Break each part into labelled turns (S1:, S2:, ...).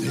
S1: des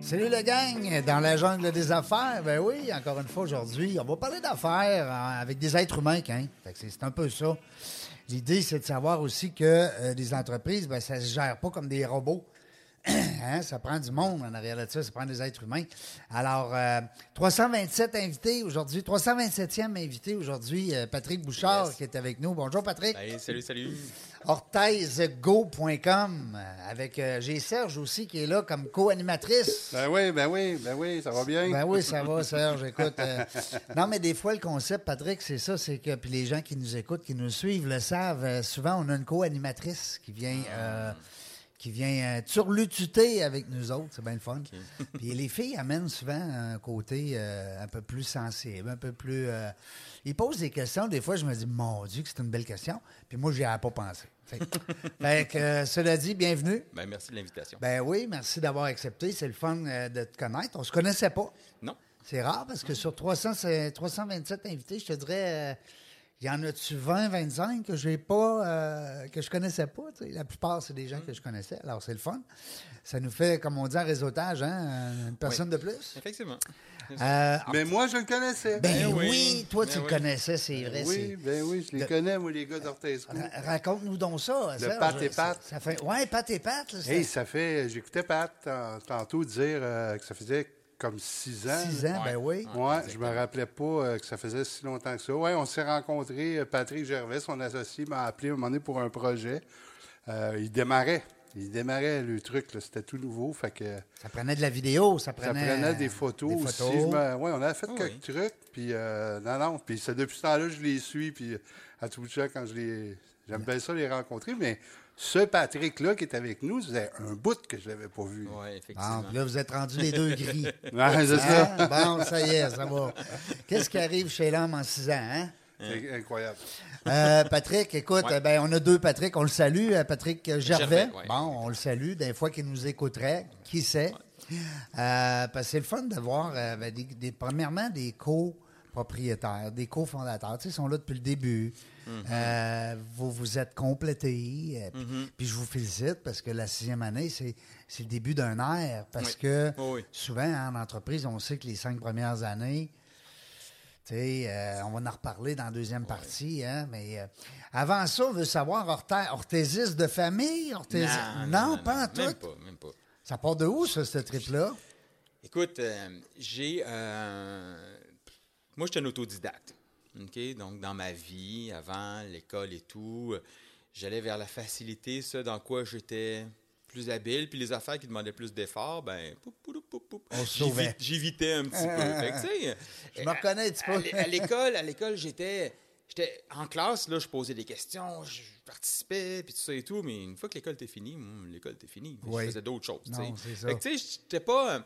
S2: Salut le gang, dans la jungle des affaires. Ben oui, encore une fois aujourd'hui, on va parler d'affaires hein, avec des êtres humains, hein. Fait que c'est- C'est un peu ça. L'idée, c'est de savoir aussi que euh, les entreprises, ben, ça se gère pas comme des robots. Hein, ça prend du monde en arrière de ça, ça prend des êtres humains. Alors, euh, 327 invités aujourd'hui, 327e invité aujourd'hui, euh, Patrick Bouchard
S3: Yes.
S2: qui est avec nous. Bonjour Patrick.
S3: Hey, salut, salut.
S2: Ortezgo.com euh, avec euh, j'ai Serge aussi qui est là comme co-animatrice.
S4: Ben oui, ben oui, ben oui, ça va bien.
S2: Ben oui, ça va, Serge. Écoute, euh, non, mais des fois, le concept, Patrick, c'est ça, c'est que puis les gens qui nous écoutent, qui nous suivent, le savent. euh, souvent, on a une co-animatrice qui vient, euh, qui vient euh, turlututer avec nous autres. C'est bien le fun. puis les filles amènent souvent un côté euh, un peu plus sensible, un peu plus. euh, ils posent des questions. Des fois, je me dis, mon Dieu, que c'est une belle question. Puis moi, j'y ai pas pensé. Fait que- fait que, euh, cela dit, bienvenue.
S3: Ben, merci de l'invitation.
S2: Ben oui, merci d'avoir accepté. C'est le fun euh, de te connaître. On se connaissait pas.
S3: non.
S2: C'est rare parce que sur euh, 300, c'est 327 invités, je te dirais, euh, il y en a-tu 20, 25 que j'ai pas, euh, que je connaissais pas. tu sais. La plupart, c'est des
S4: Mm.
S2: gens que je connaissais. Alors, c'est le fun. Ça nous fait, comme on dit, un réseautage, hein, une personne de plus.
S3: Effectivement.
S2: Euh,
S4: Mais moi, je le connaissais.
S2: ben
S3: Ben
S2: oui,
S3: oui.
S2: toi,
S3: Ben
S2: tu le
S3: oui.
S2: connaissais, c'est Ah, vrai.
S4: oui, ben oui, je les connais, moi, les gars d'Ortezco.
S2: c'est- Ra- Raconte-nous donc ça. Serge.
S4: Pat et Pat.
S2: Ça, ça fait... Ouais, Pat et Pat. là, c'est
S4: Hey, ça fait. J'écoutais Pat tant- tantôt dire euh, que ça faisait comme six ans.
S2: six ans, ben oui.
S4: Ouais, je me rappelais pas euh, que ça faisait si longtemps que ça. Ouais, on s'est rencontrés. euh, Patrick Gervais, son associé, m'a appelé à un moment donné pour un projet. Euh, il démarrait. Il démarrait le truc, là, c'était tout nouveau. Fait que
S2: Ça prenait de la vidéo, ça
S4: Ça
S2: prenait,
S4: prenait des photos,
S2: des
S4: aussi. Je
S2: photos.
S4: me- ouais, on a fait
S3: Ah
S4: quelques
S3: oui.
S4: trucs. Puis, euh, non, non. Puis, c'est depuis ce temps-là, je les suis. Puis, euh, à tout bout de champ, quand je les. J'aime bien ça les rencontrer. Mais ce Patrick-là qui est avec nous, c'était un bout que je l'avais pas vu.
S3: Ouais,
S2: Bon,
S3: effectivement.
S2: puis là, vous êtes rendus les deux gris.
S4: Ouais, c'est ça.
S2: Hein? Bon, ça y est, ça va. Qu'est-ce qui arrive chez l'homme en six ans, hein?
S4: C'est incroyable.
S2: Euh, Patrick, écoute,
S3: Ouais.
S2: euh, ben, on a deux Patrick. On le salue, euh, Patrick Gervais.
S3: Gervais, ouais.
S2: Bon, on le salue. Des fois qu'il nous écouterait, qui sait. Euh, parce que c'est le fun d'avoir, euh, ben, des, des- premièrement, des co-propriétaires, des co-fondateurs. Tu sais, ils sont là depuis le début.
S3: Mhm.
S2: Euh, vous vous êtes complétés. euh, puis-
S3: Mhm.
S2: Puis je vous félicite parce que la sixième année, c'est c'est le début d'un air. Parce
S3: Oui.
S2: que
S3: Oui, oui.
S2: souvent, hein, en entreprise, on sait que les cinq premières années, tu sais, euh, on va en reparler dans la deuxième partie, hein, mais euh, avant ça, on veut savoir orthé- orthésiste de famille, orthésiste. Non, pas en
S3: Même
S2: tout.
S3: pas, même pas.
S2: Ça part de où, ça, ce trip-là?
S3: Écoute, euh, j'ai. euh, moi, je suis un autodidacte. OK? Donc, dans ma vie, avant l'école et tout, euh, j'allais vers la facilité, ce dans quoi j'étais plus habile, puis les affaires qui demandaient plus d'efforts, ben, poup, poup, poup, poup,
S2: On se
S3: j'évi-
S2: sauvait.
S3: j'évitais un petit peu. Fait que, tu sais, euh,
S2: Je me reconnais un petit peu.
S3: à l'é- À l'école, à l'école, j'étais, j'étais en classe là, je posais des questions, je participais, puis tout ça et tout. Mais une fois que l'école était finie, hum, l'école était finie.
S2: Oui.
S3: Je faisais d'autres choses. tu sais.
S2: Non, c'est ça.
S3: Fait que, tu sais, j'étais pas, euh,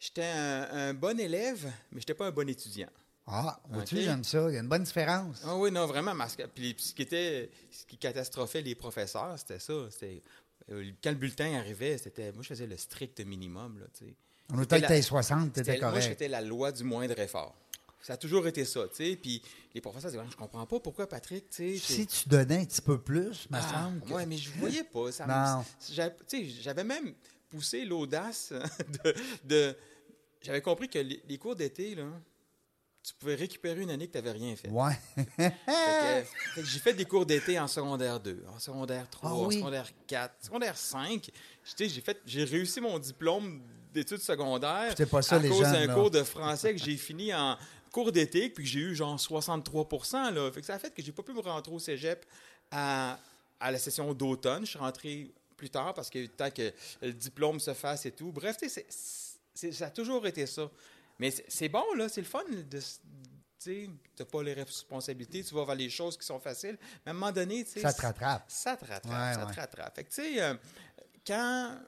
S3: j'étais un, un bon élève, mais j'étais pas un bon étudiant.
S2: Ah, vois-tu,
S3: Ok.
S2: j'aime ça. Il y a une bonne différence.
S3: Ah oui, non, vraiment. parce que- Puis puis ce qui était, ce qui catastrophait les professeurs, c'était ça. C'était euh, quand le bulletin arrivait, c'était, moi, je faisais le strict minimum là, tu sais.
S2: On autant
S3: C'était
S2: que
S3: la-
S2: t'aies 60, t'étais
S3: c'était- Moi,
S2: correct.
S3: c'était la loi du moindre effort. Ça a toujours été ça, tu sais. Puis les professeurs disaient, je comprends pas pourquoi Patrick, tu sais.
S2: Si
S3: t'es-
S2: tu donnais un petit peu plus, me
S3: Ah,
S2: semble que...
S3: ouais, mais je voyais pas. Ça me-
S2: Non.
S3: j'avais- tu sais, J'avais même poussé l'audace de. de- j'avais compris que les, les cours d'été, là, tu pouvais récupérer une année que tu n'avais rien fait.
S2: Ouais.
S3: Fait que- fait que j'ai fait des cours d'été en secondaire 2, en secondaire 3,
S2: Ah oui.
S3: en secondaire 4, secondaire 5. Tu sais, J'ai, fait, j'ai réussi mon diplôme d'études secondaires
S2: C'était pas ça,
S3: à
S2: les
S3: cause
S2: jeunes,
S3: d'un
S2: là.
S3: cours de français que j'ai fini en cours d'été puis que j'ai eu genre 63 là. Fait que ça a fait que j'ai pas pu me rentrer au cégep à, à la session d'automne. Je suis rentré plus tard parce que tant que le diplôme se fasse et tout. Bref, tu sais, c'est- c'est- ça a toujours été ça. Mais c'est- c'est bon, là, c'est le fun de. s- Tu n'as pas les responsabilités, tu vas vers les choses qui sont faciles. Mais à un moment donné, tu sais,
S2: Ça te rattrape.
S3: Ça te rattrape,
S2: Ouais,
S3: ça
S2: ouais.
S3: te rattrape. Fait que, tu sais, euh, quand. Tu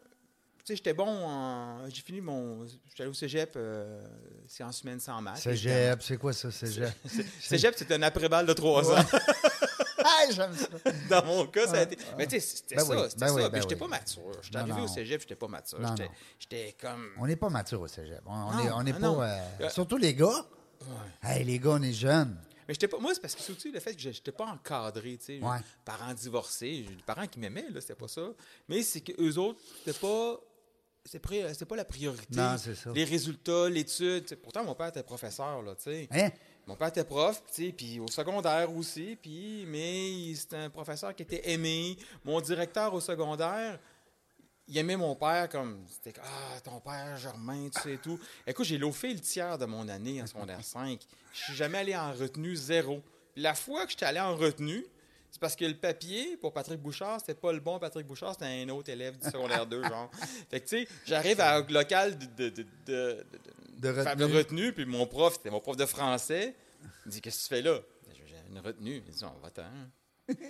S3: sais, j'étais bon en. J'ai fini mon. J'étais allé au cégep, euh, ah, c'est en semaine sans match.
S2: Cégep, c'est quoi ça, cégep?
S3: Cégep, c'est un après-balle de trois ans.
S2: Ah, j'aime ça.
S3: dans mon cas, ça a été. Mais tu sais, c'était
S2: Ben
S3: ça.
S2: oui,
S3: c'était
S2: ben
S3: ça.
S2: oui,
S3: Puis
S2: ben
S3: j'étais
S2: oui.
S3: pas mature. J'étais
S2: Non,
S3: arrivé
S2: non.
S3: au cégep, j'étais pas mature.
S2: Non,
S3: J'étais-
S2: non.
S3: J'étais comme.
S2: On n'est pas mature au cégep. On- On
S3: Non,
S2: n'est on est
S3: non.
S2: pas. euh,
S3: Euh,
S2: surtout les gars. Hey, les gars, on est jeunes.
S3: Mais j'étais pas. Moi, c'est parce que surtout le fait que j'étais pas encadré, tu sais.
S2: Ouais.
S3: Parents divorcés, j'ai des parents qui m'aimaient, là, c'était pas ça. Mais c'est qu'eux autres, c'était pas. C'est pri- c'était pas la priorité.
S2: Non, c'est ça.
S3: Les résultats, l'étude. tu sais. Pourtant, mon père était professeur, là, tu sais.
S2: Hein?
S3: Mon père était prof, puis tu sais, puis au secondaire aussi, puis mais il- c'était un professeur qui était aimé. Mon directeur au secondaire, il aimait mon père comme c'était ah ton père Germain, tu sais tout. Écoute, j'ai loafé le tiers de mon année en secondaire 5. Je suis jamais allé en retenue zéro. Puis La fois que j'étais allé en retenue, c'est parce que le papier pour Patrick Bouchard, c'était pas le bon Patrick Bouchard, c'était un autre élève du secondaire 2 genre. Fait que tu sais, j'arrive à un local de de- de- de- de-
S2: De
S3: Fable
S2: retenue.
S3: retenue, puis mon prof, c'était mon prof de français, il dit Qu'est-ce que tu fais là J'ai une retenue. Il dit On va t'en.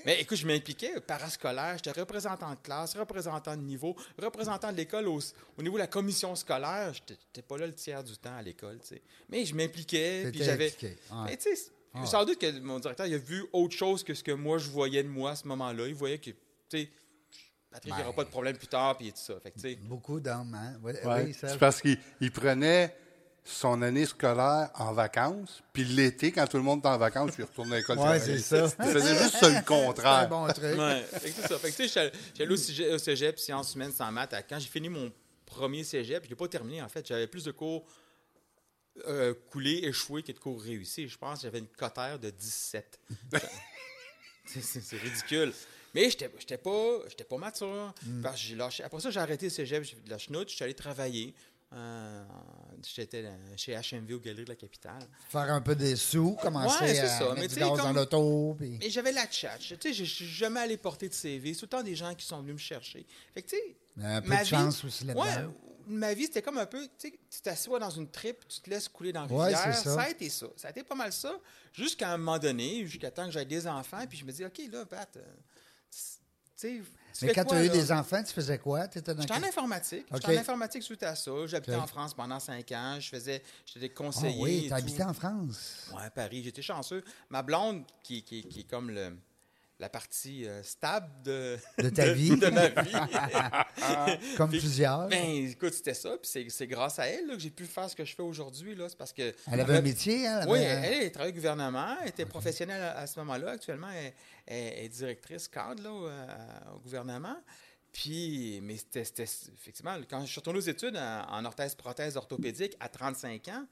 S3: Mais écoute, je m'impliquais euh, parascolaire, j'étais représentant de classe, représentant de niveau, représentant de l'école au, au niveau de la commission scolaire. J'étais j'étais pas là le tiers du temps à l'école, tu sais. Mais je m'impliquais, puis
S2: T'étais
S3: j'avais.
S2: impliqué, ouais.
S3: Mais tu sais, sans doute que mon directeur, il a vu autre chose que ce que moi, je voyais de moi à ce moment-là. Il voyait que, tu sais, Patrick, il n'y
S2: Ben.
S3: aura pas de problème plus tard, puis tout ça. Fait que, tu sais.
S2: Beaucoup d'hommes, hein? Oui,
S4: Ouais,
S2: oui, ça.
S4: c'est parce qu'il il prenait son année scolaire en vacances, puis l'été, quand tout le monde était en vacances, il retournait à l'école.
S2: Ouais,
S4: travailler.
S2: c'est ça.
S4: Il faisait juste ça, le
S2: C'est un
S4: contraire.
S2: bon truc.
S3: Ouais, fait que c'est ça. Fait que tu sais, j'étais allé- j'étais allé au cégep, au cégep, sciences humaines sans maths. À- Quand j'ai fini mon premier cégep, je l'ai pas terminé en fait. J'avais plus de cours euh, coulés, échoués que de cours réussis. Je pense que j'avais une cotère de 17. c'est, c'est- c'est ridicule. Mais j'étais, j'étais pas, j'étais pas mature. Parce que j'ai lâché. Après ça, j'ai arrêté le cégep, j'ai fait de la chenoute, je suis allé travailler. euh, j'étais dans- chez HMV aux Galeries de la Capitale.
S2: Faire un peu des sous, commencer
S3: Ouais, c'est
S2: à
S3: ça.
S2: mettre
S3: Mais
S2: du
S3: tu sais,
S2: gaz dans
S3: comme-
S2: l'auto. puis-
S3: Mais j'avais la tchatche. Tu sais, je je suis jamais allé porter de CV. C'est tout le temps des gens qui sont venus me chercher. Fait que, tu sais.
S2: Un peu
S3: ma
S2: de
S3: vie-
S2: chance aussi là-dedans.
S3: Ouais, ma vie, c'était comme un peu. Tu sais, tu t'assois dans une tripe, tu te laisses couler dans la
S2: Ouais,
S3: rivière.
S2: c'est ça.
S3: Ça a été ça. Ça a été pas mal ça. Jusqu'à un moment donné, jusqu'à temps que j'aie des enfants, puis je me dis, OK, là, Pat, euh, tu sais.
S2: Mais quand tu as eu
S3: enfants
S2: des enfants, tu faisais quoi? T'étais dans
S3: J'étais en
S2: quel-
S3: informatique.
S2: Ok.
S3: J'étais en informatique suite à ça. J'habitais
S2: Ok.
S3: en France pendant cinq ans. Je faisais, j'étais
S2: Ah
S3: conseiller.
S2: oui,
S3: et
S2: tu
S3: tout.
S2: habitais en France.
S3: Ouais, à Paris. J'étais chanceux. Ma blonde, qui, qui, qui est comme le- la partie euh, stable de,
S2: De ta vie.
S3: de ma vie.
S2: Ah Comme
S3: Puis-
S2: plusieurs.
S3: ben, écoute, c'était ça. Puis c'est- c'est grâce à elle là, que j'ai pu faire ce que je fais aujourd'hui. là. C'est parce que.
S2: Elle avait un métier, hein, elle
S3: Oui,
S2: avait-
S3: elle, elle travaillait au gouvernement. Elle était professionnelle à, à ce moment-là. Actuellement, elle, elle est directrice cadre là, au, euh, au gouvernement. Puis, mais c'était, c'était- Effectivement, quand je suis retourné aux études en, en orthèse-prothèse orthopédique à 35 ans,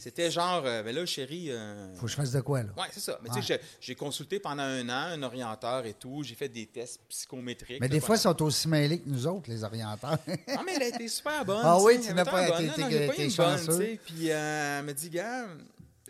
S3: c'était genre, euh, ben là, chérie. euh,
S2: Faut que je fasse de quoi, là?
S3: oui, c'est ça. Mais tu sais, j'ai- j'ai consulté pendant un an un orienteur et tout. J'ai fait des tests psychométriques.
S2: Mais des fois, ils sont aussi mêlés que nous autres, les orienteurs.
S3: Non, Ah, mais elle a été super bonne.
S2: Ah oui,
S3: sais.
S2: tu
S3: Elle
S2: n'as
S3: était
S2: pas
S3: bonne.
S2: été-
S3: Non,
S2: t'es-
S3: non, j'ai pas
S2: t'es
S3: eu une bonne,
S2: chanceux.
S3: tu sais. Puis euh, elle m'a dit, gars,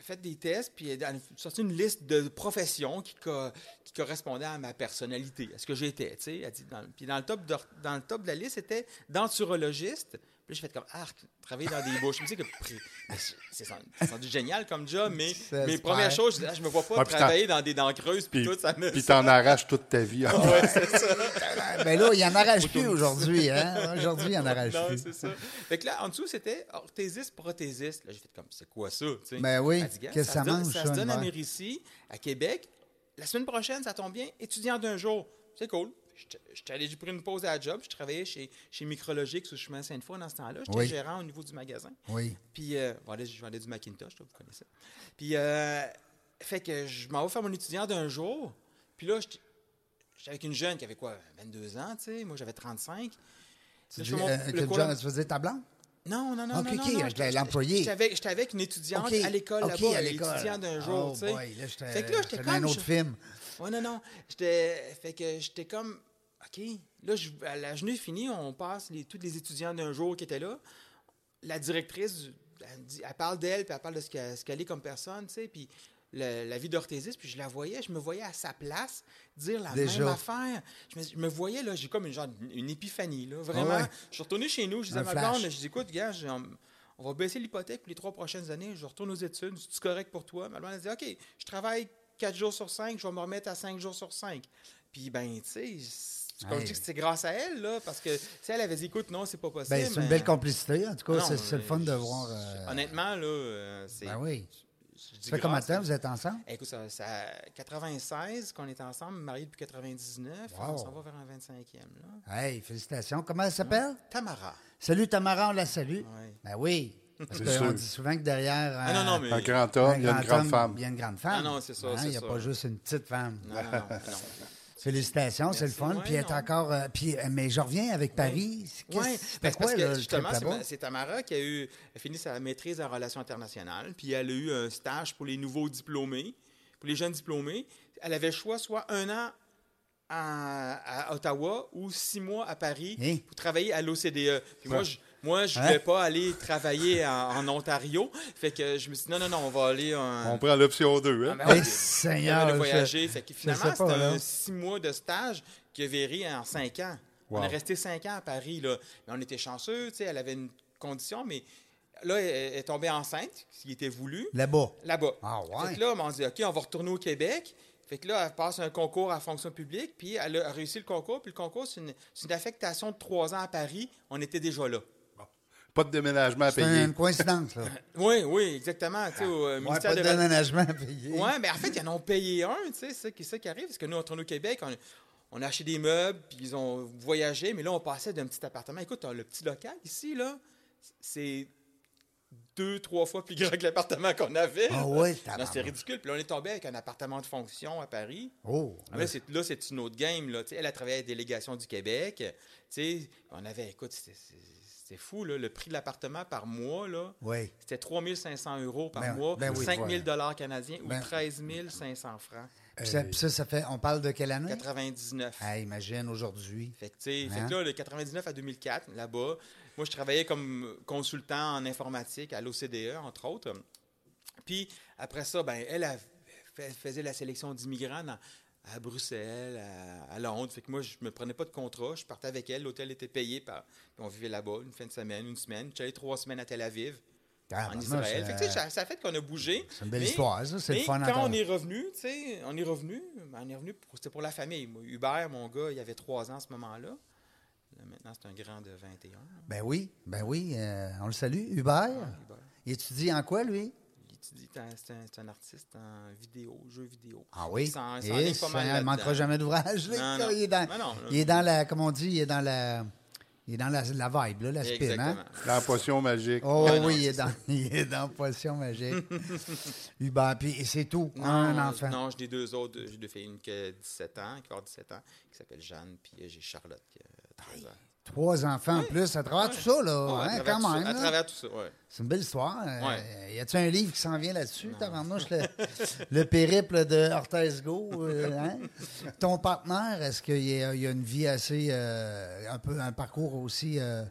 S3: faites des tests. Puis elle a sorti une liste de professions qui, co- qui correspondaient à ma personnalité, à ce que j'étais. tu sais. Elle dit, dans, le- puis dans le, top de, dans le top de la liste, c'était denturologiste. Puis là, j'ai fait comme, arc, travailler dans des bouches. Je me dis que pri- mais c'est- c'est ça c'est rendu génial comme job, mais
S2: C'est
S3: mes
S2: super.
S3: premières choses, je dis, Ah, je me vois pas
S4: Ouais, puis t'en-
S3: travailler dans des dents creuses. Puis
S4: Puis,
S3: tout, ça me.
S4: puis t'en arraches toute ta
S2: Ah
S4: vie.
S2: ben là, il en arrache plus aujourd'hui, hein? Aujourd'hui, il en arrache
S3: Non,
S2: plus.
S3: c'est ça. Fait que là, en dessous, c'était orthésiste, prothésiste. Là, j'ai fait comme, c'est quoi ça? tu sais?
S2: Ben oui,
S3: Elle dit, Gars,
S2: qu'est-ce que ça
S3: se donne-
S2: mange,
S3: Ça
S2: ça,
S3: se donne à
S2: une
S3: Mérici, à Québec. La semaine prochaine, ça tombe bien, étudiant d'un jour. C'est cool. J'étais- J'étais allé, j'ai pris une pause à la job. Je travaillais chez, chez Micrologique sur le chemin Sainte-Foy dans ce temps-là. J'étais
S2: Oui.
S3: gérant au niveau du magasin.
S2: Oui.
S3: Puis, euh, voilà, je vendais du Macintosh, là, vous connaissez. Puis, euh, fait que je m'en vais faire mon étudiant d'un jour. Puis là, j'étais j'étais avec une jeune qui avait quoi, 22 ans, tu sais. Moi, j'avais 35. Là,
S2: Tu
S3: je
S2: dis,
S3: fais mon-
S2: euh,
S3: le
S2: quel
S3: cours-
S2: genre, tu faisais ta blonde?
S3: non, non, non,
S2: Ok,
S3: non, non,
S2: ok,
S3: non.
S2: avec
S3: j'étais-
S2: l'employé.
S3: J'étais avec, j'étais avec une étudiante
S2: Ok,
S3: à l'école
S2: ok,
S3: là-bas,
S2: à
S3: une
S2: l'école.
S3: étudiante d'un
S2: Oh
S3: jour, tu sais.
S2: boy, là, j'étais-
S3: fait que là, j'étais
S2: j'étais
S3: comme...
S2: dans un
S3: je-
S2: autre film.
S3: Ouais, non, non. J'étais... Fait que j'étais comme... OK, là, je, à la journée finie, on passe les, tous les étudiants d'un jour qui étaient là. La directrice, elle, me dit- elle parle d'elle, puis elle parle de ce qu'elle ce qu'elle est comme personne, tu sais, puis le- la vie d'orthésiste, puis je la voyais, je me voyais à sa place dire la
S2: Déjà.
S3: même affaire. Je me, je me voyais, là, j'ai comme une, genre, une épiphanie, là,
S2: Ah
S3: vraiment.
S2: ouais.
S3: Je suis retourné chez nous, je disais
S2: Un
S3: à ma
S2: flash.
S3: blonde, je dis, écoute, gars, j'ai- on, on va baisser l'hypothèque pour les trois prochaines années, je retourne aux études, c'est correct pour toi? Ma blonde, elle dit, OK, je travaille quatre jours sur cinq, je vais me remettre à cinq jours sur cinq. Puis, ben, tu sais, c'est comme je dis que c'est grâce à elle, là, parce que si elle avait dit, écoute, non, c'est pas possible.
S2: Ben, c'est une
S3: mais-
S2: belle complicité. En tout cas,
S3: Non,
S2: c'est- c'est le fun
S3: je-
S2: de voir. euh,
S3: Honnêtement, là, euh, c'est.
S2: Ben oui.
S3: je dis
S2: Ça fait combien de
S3: grâce, là.
S2: temps vous êtes ensemble?
S3: Eh, Écoute, ça, ça- 96 qu'on est ensemble, mariés depuis 99.
S2: Wow.
S3: On s'en va vers un 25e. Là.
S2: Hey, félicitations. Comment elle s'appelle?
S3: Tamara.
S2: Salut Tamara, on la salue.
S3: Ouais.
S2: Ben oui. Parce
S4: C'est
S2: qu'on
S4: sûr.
S2: dit souvent que derrière. euh,
S3: Ah non, non, mais.
S4: Un grand
S2: un
S4: homme, il y a une
S2: grand
S4: grande
S2: homme,
S4: femme.
S2: Il y a une grande femme.
S3: Ah non, c'est ça,
S2: Hein,
S3: c'est
S2: Il n'y a
S3: ça.
S2: pas juste une petite femme.
S3: Non, non, non, non.
S2: Félicitations, c'est le
S3: Merci,
S2: fun.
S3: ouais,
S2: puis elle est
S3: non.
S2: encore. euh, puis, euh, mais je reviens avec Paris. Qu'est-ce-
S3: Oui,
S2: c'est Ben,
S3: parce
S2: quoi,
S3: que
S2: là, le
S3: justement,
S2: trip
S3: c'est
S2: là-bas?
S3: ma- c'est Tamara qui a eu, elle a fini sa maîtrise en relations internationales, puis elle a eu un stage pour les nouveaux diplômés, pour les jeunes diplômés. Elle avait le choix soit un an à, à Ottawa ou six mois à Paris
S2: Hein?
S3: pour travailler à l'OCDE. E. Puis moi, je moi, je
S2: Hein?
S3: voulais pas aller travailler en, en Ontario. Fait que je me suis dit, non, non, non, on va aller en...
S4: On prend l'option 2.
S3: Ah,
S4: Hein?
S3: ben
S2: Eh,
S3: oui. Il
S2: Seigneur.
S3: avait
S2: je-
S3: voyagé. Fait que
S2: je
S3: finalement,
S2: sais
S3: c'était
S2: pas, là.
S3: un six mois de stage qui a viré en cinq ans. On
S4: Wow.
S3: est resté cinq ans à Paris. Là. Mais on était chanceux, tu sais, elle avait une condition, mais là, elle elle est tombée enceinte, ce qui était voulu,
S2: Là-bas.
S3: là-bas.
S2: Ah ouais.
S3: Fait que là, on m'a dit, OK, on va retourner au Québec. Fait que là, elle passe un concours à fonction publique, puis elle a réussi le concours. Puis le concours, c'est une, c'est une affectation de trois ans à Paris. On était déjà là.
S4: Pas de déménagement à
S2: C'est
S4: payer.
S2: une coïncidence, là.
S3: Oui, oui, exactement. Tu sais, au euh,
S2: Ah. Ouais,
S3: ministère
S2: pas de
S3: de la-
S2: déménagement à payer.
S3: Ouais, mais en fait, ils en ont payé un, tu sais, c'est ça qui, ça qui arrive. Parce que nous, entre nous, au Québec, on, on a acheté des meubles, puis ils ont voyagé, mais là, on passait d'un petit appartement. Écoute, t'as le petit local ici, là, c'est deux, trois fois plus grand que l'appartement qu'on avait.
S2: Ah ouais,
S3: Non, c'est
S2: tabarnak.
S3: ridicule. Puis là, on est tombé avec un appartement de fonction à Paris.
S2: Oh,
S3: Ah, Là, c'est, là, c'est une autre game. Là. Tu sais, Elle a travaillé à la délégation du Québec. Tu sais, on avait, écoute, c'était, c'est- c'est fou, là, le prix de l'appartement par mois. Là,
S2: oui.
S3: c'était 3500 euros par
S2: Ben-
S3: mois,
S2: ben oui,
S3: 5000 dollars canadiens ou
S2: Ben-
S3: 13 500 francs.
S2: Puis ça, puis ça, ça fait. On parle de quelle année?
S3: 99.
S2: Ah, imagine aujourd'hui.
S3: Fait que, tu sais,
S2: Hein?
S3: fait que là, de 99 à 2004, là-bas, moi, je travaillais comme consultant en informatique à l'OCDE, E, entre autres. Puis après ça, ben, elle, a- elle faisait la sélection d'immigrants dans- à Bruxelles, à, à Londres. Fait que moi, je me prenais pas de contrat. Je partais avec elle. L'hôtel était payé. Par, puis on vivait là-bas une fin de semaine, une semaine. J'allais trois semaines à Tel Aviv,
S2: Ah,
S3: en
S2: ben,
S3: Israël.
S2: non,
S3: Fait que,
S2: ça-
S3: tu sais, ça, ça fait qu'on a bougé.
S2: C'est une belle
S3: Mais-
S2: histoire, ça. C'est le
S3: mais
S2: fun à
S3: quand on
S2: entendre.
S3: est revenu, tu sais, on est revenu, ben, on est revenu, pour- c'était pour la famille. Moi, Hubert, mon gars, il avait trois ans à ce moment-là. Là, maintenant, c'est un grand de 21. là,
S2: Ben oui, ben oui. euh, on le salue. Hubert.
S3: Ah, Hubert.
S2: Il étudie en quoi, lui?
S3: Il étudie, c'est un- c'est un, c'est un artiste en vidéo, jeux vidéo.
S2: Ah oui.
S3: Il s'en- il s'en
S2: Eh,
S3: est pas mal
S2: ça, il
S3: là-dedans.
S2: manquera jamais d'ouvrage. là.
S3: Non, non.
S2: Il est dans,
S3: Ben non, là.
S2: il est dans la, comme on dit, il est dans la, il est dans la, la vibe, là, la spin, hein?
S3: Exactement.
S4: La potion magique.
S2: Oh
S3: Ouais, non,
S2: oui, il est, dans, il est dans Potion Magique. Hubert, puis et c'est tout.
S3: Non,
S2: Ah, un enfant.
S3: non, j'ai deux autres. J'ai deux filles, une qui a 17 ans, qui va avoir 17 ans, qui s'appelle Jeanne, puis euh, j'ai Charlotte qui a 13 ans.
S2: Trois enfants en plus à travers
S3: Ouais.
S2: tout ça, là.
S3: Ouais, à
S2: hein,
S3: travers
S2: quand
S3: tout ça-
S2: même.
S3: À
S2: là.
S3: travers tout ça, ouais.
S2: C'est une belle histoire. Euh,
S3: Ouais.
S2: y a-tu un livre qui s'en vient là-dessus? Tabarnouche, le, le périple de Ortez Go. euh, hein? Ton partenaire, est-ce qu'il y, a il y a une vie assez. euh, un peu un parcours aussi euh,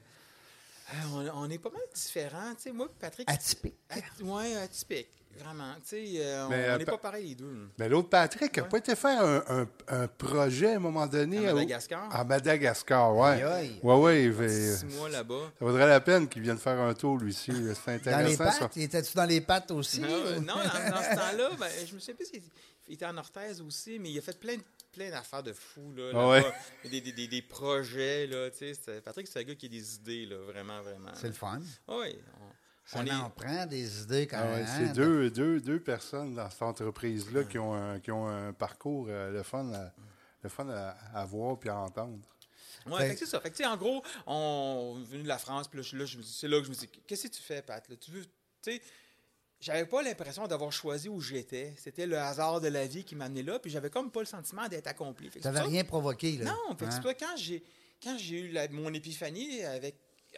S3: Ah, on, on est pas mal différents. Tu sais, moi, et Patrick.
S2: atypique?
S3: Ati- ouais, atypique. Vraiment. Tu sais, euh, on
S4: Mais, euh,
S3: n'est
S4: pa-
S3: pas pareil les deux.
S4: Mais l'autre Patrick n'a pas été faire un, un- un projet à un moment donné.
S3: À
S4: au-
S3: Madagascar?
S4: À Madagascar,
S2: Aïe,
S4: ouais.
S2: aïe.
S4: Ouais, ouais, il va-
S3: Six mois là-bas.
S4: ça vaudrait la peine qu'il vienne faire un tour, lui, ici. C'est
S2: Dans les
S4: intéressant, ça.
S2: pattes? Étais-tu dans les pattes aussi?
S3: Non, euh,
S2: ou-
S3: non, dans, dans ce temps-là, ben, je me souviens plus s'il il était en orthèse aussi, mais il a fait plein, de- plein d'affaires de fous. Là,
S4: Ah ouais.
S3: là-bas. des, des, des, des projets. Là, tu sais, c'est- Patrick, c'est un gars qui a des idées, là, Ah vraiment, vraiment.
S2: C'est le fun.
S3: Oui.
S2: On, en prend des idées quand
S4: Ah ouais,
S2: même.
S4: c'est deux, deux, deux personnes dans cette entreprise-là qui, ont un- qui ont un parcours, euh, le fun, à, le fun à, à voir puis à entendre.
S3: Ouais,
S2: Fait-
S3: fait que c'est ça. Fait que, tu sais, en gros, on est venu de la France, puis là, je- là, je me dis- c'est là que je me dis, qu'est-ce que tu fais, Pat? Là, tu veux, tu sais, j'avais pas l'impression d'avoir choisi où j'étais. C'était le hasard de la vie qui m'a amené là, puis j'avais comme pas le sentiment d'être accompli. Fait que
S2: Ça
S3: c'est
S2: n'avait
S3: pour
S2: rien provoqué, là.
S3: Non, fait que
S2: Hein?
S3: c'est pas quand j'ai quand j'ai eu la- mon épiphanie avec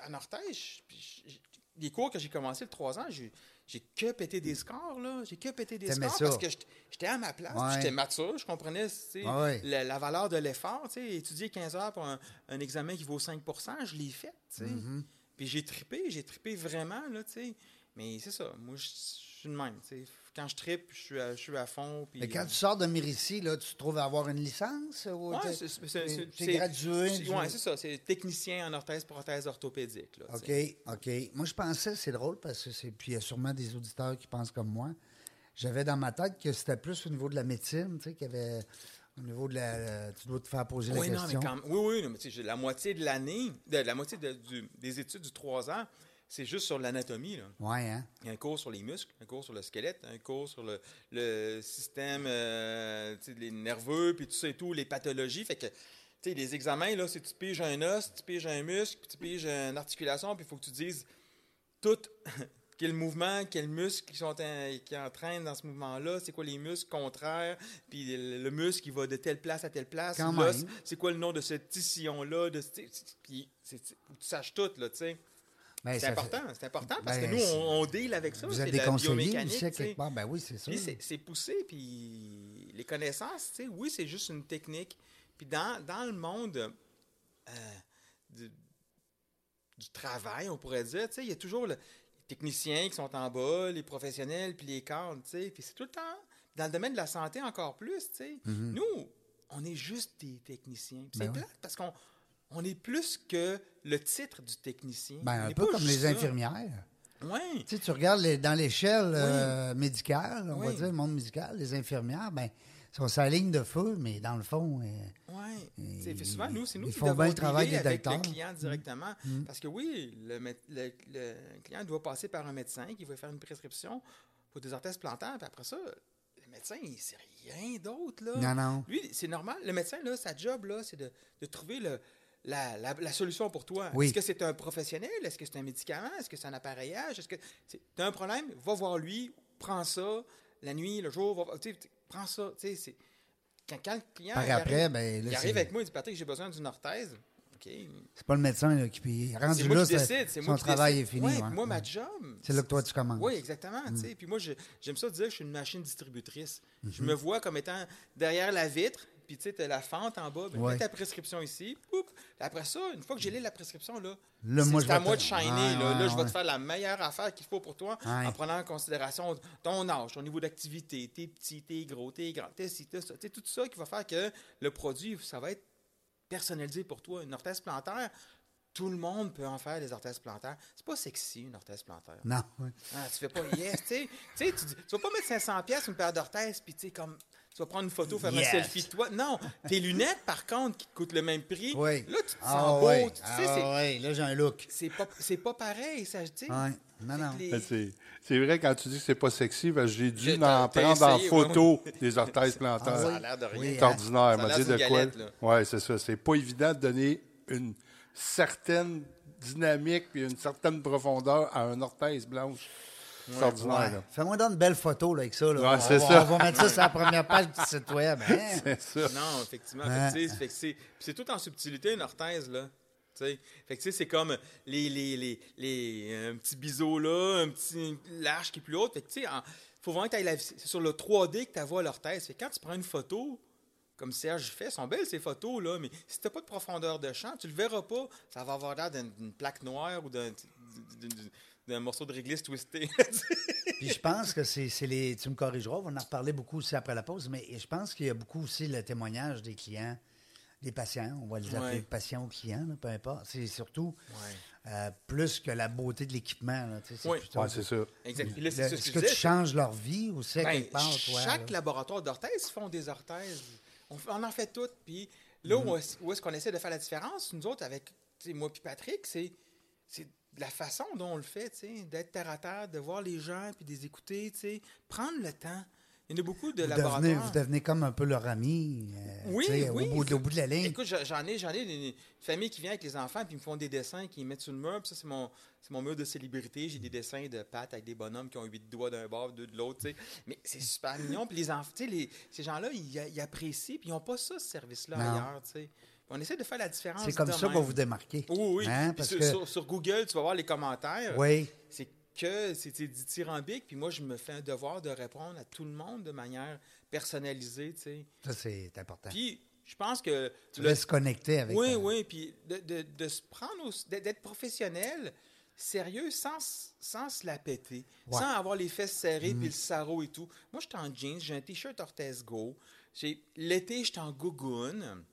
S3: en orthège, puis j- j- les cours que j'ai commencé le 3 ans, j'ai j'ai que pété des scores là, j'ai que pété des
S2: T'aimais
S3: scores
S2: ça.
S3: parce que j'étais- j'étais à ma place,
S2: Ouais.
S3: puis j'étais mature, je comprenais tu sais,
S2: Ah ouais.
S3: la, la valeur de l'effort, tu sais, étudier 15 heures pour un, un examen qui vaut 5 je l'ai fait,
S2: Mm-hmm.
S3: tu sais. Puis j'ai trippé, j'ai trippé vraiment là, tu sais. Mais c'est ça, moi je- je- suis de même. tu sais. Quand je tripe, je suis à, je suis à fond. puis,
S2: Mais quand
S3: euh,
S2: tu sors de Mirici, là, tu te trouves à avoir une licence? Ou
S3: Ouais,
S2: t'es-
S3: c'est- c'est- c'est-
S2: t'es-
S3: c'est-
S2: t'es gradué?
S3: c'est-
S2: tu-
S3: ouais, c'est ça. C'est technicien en orthèse prothèse orthopédique. là, tu
S2: OK,
S3: sais.
S2: OK. Moi, je pensais, c'est drôle parce que c'est. Puis il y a sûrement des auditeurs qui pensent comme moi. J'avais dans ma tête que c'était plus au niveau de la médecine, tu sais, qu'il y avait. Au niveau de la. Tu dois te faire poser
S3: Oui,
S2: la
S3: non, mais
S2: question.
S3: quand- oui, oui, non, mais tu sais, j'ai la moitié de l'année, de, la moitié de- du- des études du 3 ans, c'est juste sur l'anatomie. là.
S2: Ouais, hein?
S3: Il y a un cours sur les muscles, un cours sur le squelette, un cours sur le, le système euh, tu sais, les nerveux, puis tout ça et tout, les pathologies. Fait que, tu sais, les examens, là, c'est tu piges un os, tu piges un muscle, puis tu piges une articulation, puis il faut que tu dises tout, quel mouvement, quel muscle qui, sont en, qui entraîne dans ce mouvement-là, c'est quoi les muscles contraires, puis le, le muscle qui va de telle place à telle place,
S2: Quand
S3: l'os,
S2: même.
S3: c'est quoi le nom de ce tissillon-là, de ce- tu sais, puis c'est- tu saches tout, là, tu sais.
S2: Ben,
S3: C'est
S2: ça fait-
S3: important, c'est important parce
S2: Ben,
S3: que nous,
S2: c'est-
S3: on, on deal avec ça.
S2: Vous
S3: c'est
S2: êtes
S3: de
S2: des
S3: la
S2: conseillers
S3: biomécanique,
S2: aussi, à
S3: tu sais.
S2: quelque part. Ben oui, c'est sûr.
S3: Puis c'est- c'est poussé, puis les connaissances, tu sais, oui, c'est juste une technique. Puis dans, dans le monde euh, du, du travail, on pourrait dire, tu sais, il y a toujours le- les techniciens qui sont en bas, les professionnels, puis les cadres, tu sais, puis c'est tout le temps, dans le domaine de la santé encore plus, tu sais, nous, on est juste des techniciens. Puis c'est
S2: Mm-hmm. Ben ouais.
S3: plate parce qu'on on est plus que le titre du technicien.
S2: Ben,
S3: On
S2: un
S3: est
S2: peu
S3: pas
S2: comme
S3: juste
S2: les
S3: ça.
S2: infirmières.
S3: Ouais.
S2: Tu sais, tu regardes les- dans l'échelle euh, médicale, on va
S3: Oui.
S2: dire, le monde médical, les infirmières, ben, sont sur la ligne de feu, mais dans le fond, euh,
S3: Oui. souvent, nous, c'est nous
S2: ils
S3: qui
S2: font
S3: devons
S2: bien le travail
S3: dealer
S2: des Mm-hmm.
S3: avec le
S2: docteurs.
S3: client directement. Parce que oui, le, mé- le- le client doit passer par un médecin qui va faire une prescription pour des orthèses plantaires. Puis après ça, le médecin, il sait rien d'autre. là.
S2: non, non.
S3: Lui, c'est normal. Le médecin, là, sa job, là, c'est de, de trouver le, la, la- la solution pour toi.
S2: Oui.
S3: Est-ce que c'est un professionnel? Est-ce que c'est un médicament? Est-ce que c'est un appareillage? Est-ce que tu as un problème? Va voir lui, prends ça la nuit, le jour, va- tu sais, tu- prends ça. Tu sais, c'est- Quand, quand le client
S2: Par
S3: Ah, il
S2: après,
S3: arrive-
S2: ben, là,
S3: il
S2: c'est
S3: arrive avec moi, il dit Patrick, j'ai besoin d'une orthèse. OK.
S2: c'est pas le médecin là, qui paye.
S3: C'est
S2: Rendu
S3: moi
S2: là,
S3: qui
S2: ça-
S3: décide. C'est
S2: son
S3: moi qui
S2: travail
S3: décide.
S2: est fini.
S3: Ouais,
S2: ouais.
S3: Moi, ma
S2: Ouais.
S3: job.
S2: C'est là que toi, tu commences. Mm.
S3: Oui, exactement. tu sais. Puis moi, je- j'aime ça dire que je suis une machine distributrice. Je
S2: Mm-hmm.
S3: me vois comme étant derrière la vitre, puis tu sais, t'as la fente en bas, ben,
S2: Ouais. Mm.
S3: mets ta prescription ici, poup. Après ça, une fois que j'ai lu la prescription, là,
S2: Là, moi,
S3: c'est
S2: je
S3: c'est à
S2: vais
S3: moi
S2: te-
S3: de shiner.
S2: Ouais,
S3: là,
S2: ouais,
S3: Là, je vais
S2: ouais.
S3: te faire la meilleure affaire qu'il faut pour toi
S2: Ouais.
S3: en prenant en considération ton âge, ton niveau d'activité, t'es petit, t'es gros, t'es grand, t'es ci, t'es ça. Tu sais, tout ça qui va faire que le produit, ça va être personnalisé pour toi. Une orthèse plantaire, tout le monde peut en faire des orthèses plantaires. C'est pas sexy, une orthèse plantaire.
S2: Non. ouais.
S3: Ah, tu fais pas yes, tu sais. Tu sais, tu dis- tu vas pas mettre 500 pièces une paire d'orthèses, puis tu sais, comme, tu vas prendre une photo, faire
S2: Yes.
S3: un selfie de toi. Non, tes lunettes, par contre, qui te coûtent le même prix,
S2: Oui.
S3: là, tu te sens
S2: Ah,
S3: beau.
S2: ouais.
S3: Tu sais,
S2: Ah,
S3: c'est-
S2: ouais, Là, j'ai un look.
S3: c'est pas, c'est pas pareil, ça, tu sais.
S2: Ouais. Non,
S3: Fait
S2: non.
S3: que les-
S4: Ben, C'est c'est vrai, quand tu dis que c'est pas sexy, ben, j'ai dû
S3: J'ai-
S4: en
S3: t'as- t'as
S4: prendre en
S3: essayé,
S4: photo des orthèses
S2: Ah
S4: plantaires.
S2: oui.
S3: Ça a l'air de rien.
S2: Oui,
S4: C'est
S2: hein.
S4: ordinaire.
S3: Ça a
S4: m'a
S3: l'air
S4: dit
S3: d'une
S4: de quoi.
S3: galette, là.
S4: Ouais, c'est ça. C'est pas évident de donner une certaine dynamique puis une certaine profondeur à une orthèse blanche. C'est ordinaire,
S2: Ouais. Fais-moi donc une belle photo là, avec ça. Là.
S4: Ouais,
S2: on,
S4: c'est
S2: va,
S4: ça.
S2: on va mettre ça sur la première page du site web. hein.
S4: là. C'est ça.
S3: Non, effectivement.
S2: Ouais.
S3: Fait que, tu sais, fait que c'est, puis c'est tout en subtilité, une orthèse, là. Tu sais. Fait que, tu sais, c'est comme les, les, les, les- un petit biseau là, un petit l'arche qui est plus haute. Fait que, tu sais, en- faut vraiment que t'ailles la- C'est sur le 3D que tu vois l'orthèse. Fait que quand tu prends une photo, comme Serge fait, sont belles ces photos, là, mais si t'as pas de profondeur de champ, tu le verras pas. Ça va avoir l'air d'une, d'une plaque noire ou d'un, d'un- d'un- d'un morceau de réglisse twisté.
S2: Puis je pense que c'est c'est les. Tu me corrigeras, on va en reparler beaucoup aussi après la pause, mais je pense qu'il y a beaucoup aussi le témoignage des clients, des patients, on va les appeler
S3: Ouais.
S2: patients ou clients, là, peu importe. C'est surtout euh, plus que la beauté de l'équipement. là, tu sais, C'est
S3: Ouais.
S2: plutôt-
S4: Ouais, c'est ça.
S3: Exact. Puis là,
S2: Le-
S3: c'est ça
S2: Est-ce
S3: ce que, je
S2: que,
S3: disais,
S2: tu changes leur vie ou c'est à
S3: Ben,
S2: quelque part, toi?
S3: chaque
S2: là?
S3: laboratoire d'orthèses font des orthèses. On, fait- on en fait toutes. Puis là
S2: Mm-hmm.
S3: où est- où est-ce qu'on essaie de faire la différence, nous autres, avec tu sais, moi puis Patrick, c'est c'est la façon dont on le fait, tu sais, d'être terre à terre, de voir les gens puis de les écouter, tu sais, prendre le temps. Il y en a beaucoup de
S2: Vous
S3: laboratoires.
S2: devenez, vous devenez comme un peu leur ami. euh,
S3: Oui,
S2: tu sais,
S3: oui.
S2: Au bout, de- au bout de la ligne.
S3: Écoute, j'en- j'en ai, j'en ai une une famille qui vient avec les enfants puis ils me font des dessins qu'ils mettent sur le mur. Puis ça, c'est mon, c'est mon mur de célébrité. J'ai des dessins de pattes avec des bonhommes qui ont huit doigts d'un bord, deux de l'autre. tu sais. Mais c'est super mignon. Puis les enfants, tu sais, les- ces gens-là, ils, a- ils apprécient puis ils n'ont pas ça, ce service-là
S2: Non.
S3: ailleurs. tu sais. On essaie de faire la différence.
S2: c'est comme
S3: de
S2: ça
S3: même.
S2: qu'on vous démarquez.
S3: Oui, oui.
S2: Hein,
S3: Puis
S2: parce
S3: sur,
S2: que-
S3: sur- sur Google, tu vas voir les commentaires.
S2: Oui.
S3: C'est que c'est c'est dithyrambique. Puis moi, je me fais un devoir de répondre à tout le monde de manière personnalisée. tu sais.
S2: Ça, c'est important.
S3: Puis je pense que
S2: tu
S3: le
S2: vas se connecter avec.
S3: oui,
S2: euh,
S3: oui, puis de, de- de se prendre au- d'être d'être professionnel, sérieux sans, s- sans se la péter,
S2: Ouais. Mm.
S3: sans avoir les fesses serrées puis le sarrau et tout. Moi, j'étais en jeans, j'ai un t-shirt Orthez Go. J'ai- L'été, j'étais en gougoune.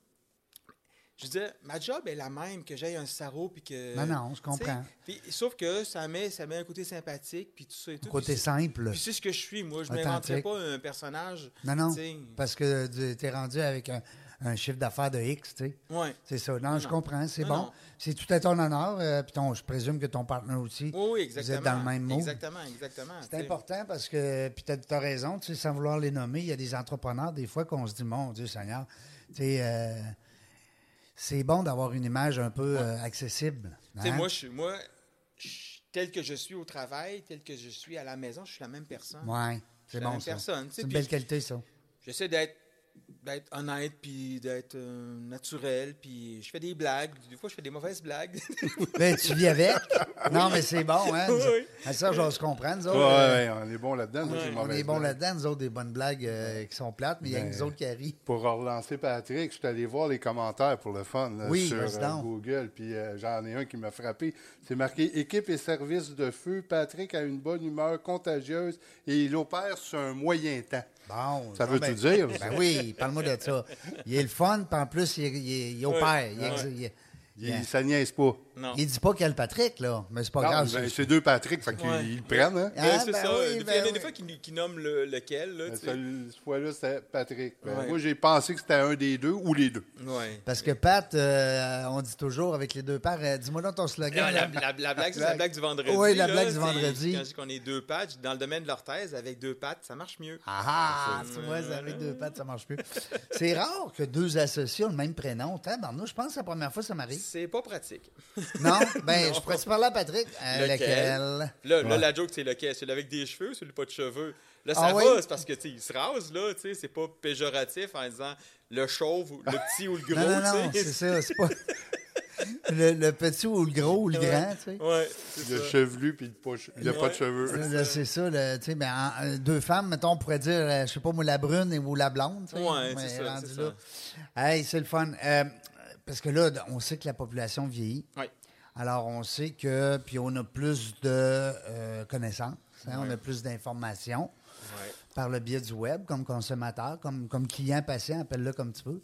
S3: Je disais, ma job est la même que j'aille un sarrau puis que.
S2: Non, non, je comprends.
S3: Tu sais, puis- sauf que ça met, ça met un côté sympathique puis tout ça et tout.
S2: Côté
S3: Puis-
S2: simple.
S3: puis c'est ce que je suis, moi. Je ne m'inventerai
S2: Authentique.
S3: pas un personnage.
S2: Non, non.
S3: tu sais.
S2: Parce que tu- t'es rendu avec un, un chiffre d'affaires de X, tu sais.
S3: Ouais.
S2: C'est ça. Non, je
S3: Mm. non.
S2: comprends. C'est
S3: Non,
S2: bon.
S3: non.
S2: C'est tout à ton honneur. euh, puis ton- je présume que ton partenaire aussi.
S3: Oui, oui, exactement.
S2: Vous êtes dans le même mot.
S3: Exactement, exactement. tu
S2: C'est
S3: sais.
S2: important parce que, puis t'as as raison, tu sais, sans vouloir les nommer, il y a des entrepreneurs, des fois, qu'on se dit, mon Dieu Seigneur, tu sais, euh, c'est bon d'avoir une image un peu euh, accessible.
S3: Tu sais,
S2: hein?
S3: moi, je suis, moi je- tel que je suis au travail, tel que je suis à la maison, je suis la même personne.
S2: Ouais, c'est
S3: la
S2: bon
S3: même
S2: ça.
S3: personne, tu sais,
S2: C'est une
S3: puis-
S2: belle qualité, ça.
S3: J'essaie d'être d'être honnête puis d'être euh, naturel puis je fais des blagues des fois je fais des mauvaises blagues
S2: Ben, tu vis avec. Non, mais c'est bon, hein?
S3: Oui, oui.
S2: Ah, Ça, j'ose comprendre, nous autres,
S4: Ouais,
S2: euh,
S4: ouais, on est bon là-dedans. nous,
S3: Ouais.
S4: c'est une
S2: On
S4: mauvaise
S2: est bon
S4: blague.
S2: là-dedans, nous autres, des bonnes blagues euh, qui sont plates, mais il y a que
S4: Ben,
S2: nous autres qui arrivent.
S4: Pour relancer Patrick, je suis allé voir les commentaires pour le fun là,
S2: Oui,
S4: sur
S2: vas-y
S4: euh,
S2: donc.
S4: Google, puis euh, j'en ai un qui m'a frappé. C'est marqué Équipe et service de feu. Patrick a une bonne humeur contagieuse et il opère sur un moyen temps.
S2: Bon.
S4: Ça
S2: non,
S4: veut
S2: ben-
S4: tout dire, ça.
S2: Ben oui, parle-moi de ça. Il est le fun, puis en plus, il, est- il est- il est au
S3: Ouais,
S2: père. Il,
S3: ouais.
S2: ex- il-
S4: Il,
S2: Yeah.
S4: Ça niaise pas.
S3: non
S2: il dit pas qu'il y a le Patrick, là, mais c'est pas
S4: Non,
S2: grave.
S4: ben,
S2: c'est-
S4: c'est deux Patrick, fait qu'ils
S3: Ouais.
S4: ils le prennent. Hein?
S2: Ah,
S3: Ben, c'est
S2: ben
S3: ça Des
S2: oui,
S3: fois,
S2: ben
S3: il y en a
S2: oui.
S3: des fois qui, nous- qui nomment le- lequel là,
S4: Ben,
S3: tu sais.
S4: Cette fois-là, c'était Patrick. Ben,
S3: Ouais.
S4: Moi, j'ai pensé que c'était un des deux ou les deux.
S3: ouais.
S2: Parce que Pat, euh, on dit toujours avec les deux pères, euh, dis-moi donc ton
S3: Non,
S2: slogan.
S3: Ah, la, la- la blague, c'est la blague du vendredi.
S2: Oui, la
S3: là,
S2: blague du
S3: c'est-
S2: vendredi.
S3: Quand je dis qu'on est deux pattes, dans le domaine de l'orthèse, avec deux pattes, ça marche mieux.
S2: Ah, ah, tu vois, ça avec deux pattes, ça marche plus. C'est rare que deux associés ont le même prénom. Tabarnouche, je pense que c'est la première fois que ça m'arrive.
S3: C'est pas pratique.
S2: Non, ben, je pourrais te parler à Patrick. Euh,
S3: Lequel?
S2: lequel?
S3: Là, là, la joke, c'est lequel? Celui avec des cheveux ou celui pas de cheveux? Là, ça
S2: Ah
S3: va,
S2: oui?
S3: c'est parce que, tu sais, il se rase, là, tu sais, c'est pas péjoratif en disant le chauve, ou le petit ou le
S2: Non, non,
S3: gros,
S2: non,
S3: tu
S2: c'est
S3: sais.
S2: ça, c'est pas. Le, le petit ou le gros ou le grand, tu sais.
S3: Ouais, c'est
S4: Le
S3: ça.
S4: chevelu, puis le pas che- il n'y a pas de
S3: Ouais.
S4: cheveux.
S2: Là, là, C'est ça, là, tu sais, ben, en- euh, deux femmes, mettons, on pourrait dire, euh, je sais pas moi, la brune et, ou la blonde, tu sais,
S3: Ouais,
S2: mais
S3: c'est ça,
S2: rendu
S3: c'est
S2: là. Hey, c'est le fun. Euh, parce que là, on sait que la population vieillit.
S3: Ouais.
S2: Alors, on sait que, puis on a plus de euh, connaissances, hein, on a plus d'informations
S3: Ouais.
S2: par le biais du web, comme consommateur, comme, comme client patient, appelle-le comme tu veux.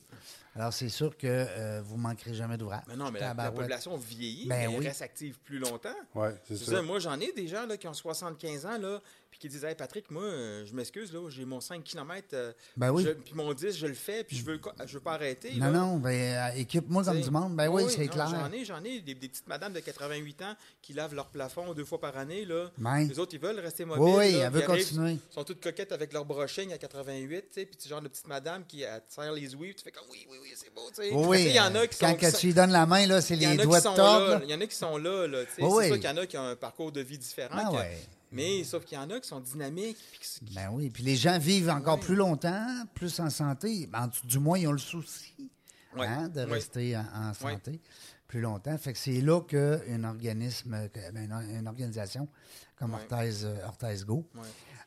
S2: Alors, c'est sûr que euh, vous manquerez jamais d'ouvrage.
S3: Mais non, mais la, la
S2: Tabarouette.
S3: population vieillit,
S2: Ben
S3: mais
S2: oui.
S3: elle reste active plus longtemps.
S4: Oui, c'est
S3: Je veux dire,
S4: ça.
S3: moi, j'en ai des gens là, qui ont 75 ans, là, puis qui disent Hey, Patrick, moi, euh, je m'excuse, là, j'ai mon 5 km,
S2: Ben oui.
S3: puis mon 10, je le fais, puis je veux, co- je veux pas arrêter.
S2: Non,
S3: là.
S2: non, ben, euh, équipe-moi comme
S3: T'sais,
S2: du monde. Ben oui, c'est
S3: non,
S2: clair.
S3: J'en ai, j'en ai des, des petites madames de 88 ans qui lavent leur plafond deux fois par année. Là.
S2: Ouais.
S3: Les autres, ils veulent rester mobiles.
S2: Oui, oui,
S3: là,
S2: elle veut
S3: puis arrivent,
S2: continuer.
S3: Ils sont toutes coquettes avec leur brushing à 88, tu sais, puis tu genre de petite madame qui elle te serre les ouïes, puis tu fais comme oui, oui, oui, c'est beau, tu sais.
S2: Oui,
S3: Tu sais,
S2: oui.
S3: Il y en a qui
S2: quand
S3: sont... qui
S2: que tu
S3: sont-
S2: lui donnes la main, là, c'est
S3: il y en
S2: les
S3: a qui
S2: doigts de
S3: sont
S2: table.
S3: là,
S2: là.
S3: Il y en a qui sont là, là, tu sais.
S2: Oui, oui.
S3: C'est sûr qu'il y en a qui ont un parcours de vie différent.
S2: Ah
S3: que-
S2: ouais.
S3: Mais sauf qu'il y en a qui sont dynamiques, puis qui, qui-
S2: Ben oui, puis les gens vivent encore plus longtemps, plus en santé. Ben, en tout- du moins, ils ont le souci
S3: Ouais.
S2: hein, de
S3: Ouais.
S2: rester en, en santé plus longtemps. Fait que c'est là qu'un organisme, que- ben, une, une organisation comme Orthèse, euh, Orthèse Go.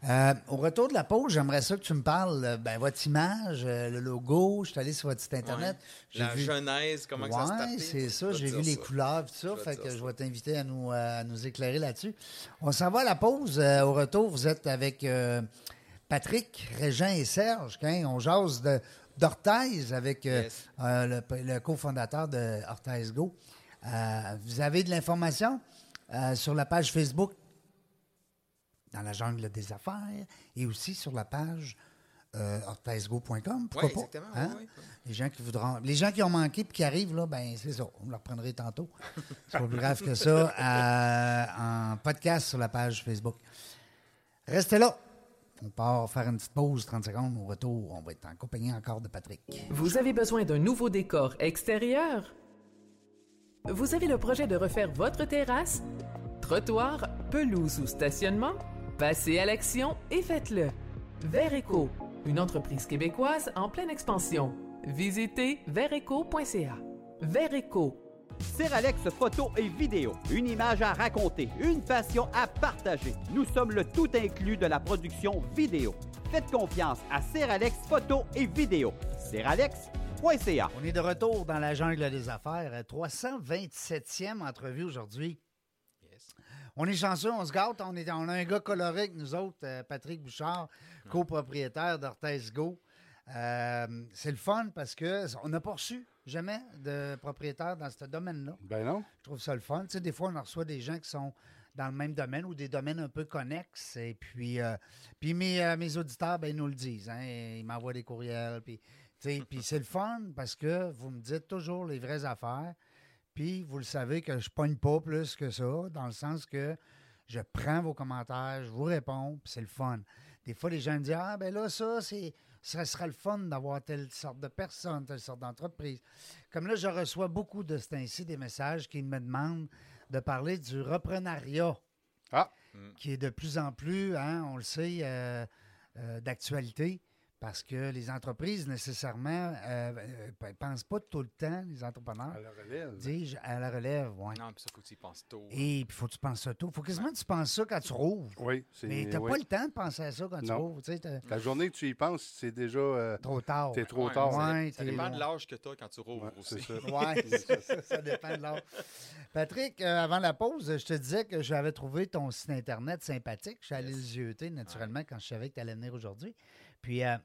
S2: Euh, au retour de la pause, j'aimerais ça que tu me parles, euh, ben, votre image, euh, le logo. Je suis allé sur votre site Internet.
S3: Ouais.
S2: j'ai
S3: la
S2: vu-
S3: genèse, comment que ça se
S2: Ouais,
S3: tapait.
S2: c'est
S3: Je
S2: ça.
S3: vais
S2: J'ai
S3: te
S2: vu
S3: dire
S2: les
S3: ça.
S2: couleurs et tout ça.
S3: Je vais
S2: Fait
S3: te
S2: que
S3: dire
S2: je vais t'inviter à nous, euh, à nous éclairer là-dessus. On s'en va à la pause. Euh, au retour, vous êtes avec euh, Patrick, Régent et Serge. hein. On jase de- d'Orthez avec euh,
S3: Yes.
S2: euh, le, p- le cofondateur de Orthez Go. Euh, vous avez de l'information euh, sur la page Facebook dans la jungle des affaires et aussi sur la page euh, orthesgo.com. Pourquoi
S3: Ouais,
S2: pas?
S3: exactement,
S2: hein?
S3: ouais, ouais, ouais.
S2: Les gens qui voudront. Les gens qui ont manqué puis qui arrivent, là, ben c'est ça. On leur prendrait tantôt. C'est pas plus grave que ça. euh, en podcast sur la page Facebook. Restez là. On part faire une petite pause, 30 secondes. Au retour, on va être en compagnie encore de Patrick.
S5: Vous avez besoin d'un nouveau décor extérieur? Vous avez le projet de refaire votre terrasse, trottoir, pelouse ou stationnement? Passez à l'action et faites-le. Vereco, une entreprise québécoise en pleine expansion. Visitez vereco.ca. Vereco,
S6: Seralex photo et vidéo. Une image à raconter, une passion à partager. Nous sommes le tout inclus de la production vidéo. Faites confiance à Seralex photo et vidéo. Seralex.ca.
S2: On est de retour dans la jungle des affaires. Euh, 327e entrevue aujourd'hui.
S3: Yes.
S2: on est chanceux, on se gâte. On, est, on a un gars coloré avec nous autres, euh, Patrick Bouchard, copropriétaire d'Orthez Go. Euh, c'est le fun parce que on n'a pas reçu jamais de propriétaire dans ce domaine-là.
S4: Ben non.
S2: Je trouve ça le fun. Tu sais, des fois, on en reçoit des gens qui sont dans le même domaine ou des domaines un peu connexes. Et puis, euh, puis mes, euh, mes auditeurs, ben, ils nous le disent. hein. Ils m'envoient des courriels. Puis, tu sais, puis c'est le fun parce que vous me dites toujours les vraies affaires. Puis vous le savez que je pogne pas plus que ça, dans le sens que je prends vos commentaires, je vous réponds, puis c'est le fun. Des fois, les gens me disent Ah, ben là, ça, c'est. Ça sera le fun d'avoir telle sorte de personne, telle sorte d'entreprise. Comme là, je reçois beaucoup de ce temps-ci des messages qui me demandent de parler du reprenariat,
S4: Ah,
S2: qui est de plus en plus, hein, on le sait, euh, euh, d'actualité, parce que les entreprises, nécessairement, euh, euh, pensent pas tout le temps, les entrepreneurs,
S4: à la relève.
S2: dis-je, à la relève. Ouais.
S3: Non, puis ça, faut que tu y penses tôt.
S2: Et puis, faut que tu penses ça tôt. Faut quasiment que tu penses ça quand tu rouvres.
S4: Oui, c'est.
S2: Mais t'as
S4: oui.
S2: pas le temps de penser à ça quand tu
S4: Non.
S2: rouvres. Tu sais, t'as-
S4: La journée que tu y penses, c'est déjà. euh,
S2: trop tard.
S4: T'es trop
S3: Ouais,
S4: tard.
S3: Ça,
S2: Ouais,
S3: ça
S2: t'es
S3: dépend
S2: long.
S3: de l'âge que tu as quand tu rouvres
S4: Ouais, c'est
S3: aussi.
S4: ça.
S2: Ouais, c'est ça, ça dépend de l'heure. Patrick, euh, avant la pause, je te disais que j'avais trouvé ton site Internet sympathique. Je suis allé le zioter, naturellement, quand je savais que tu allais venir aujourd'hui. Puis, euh,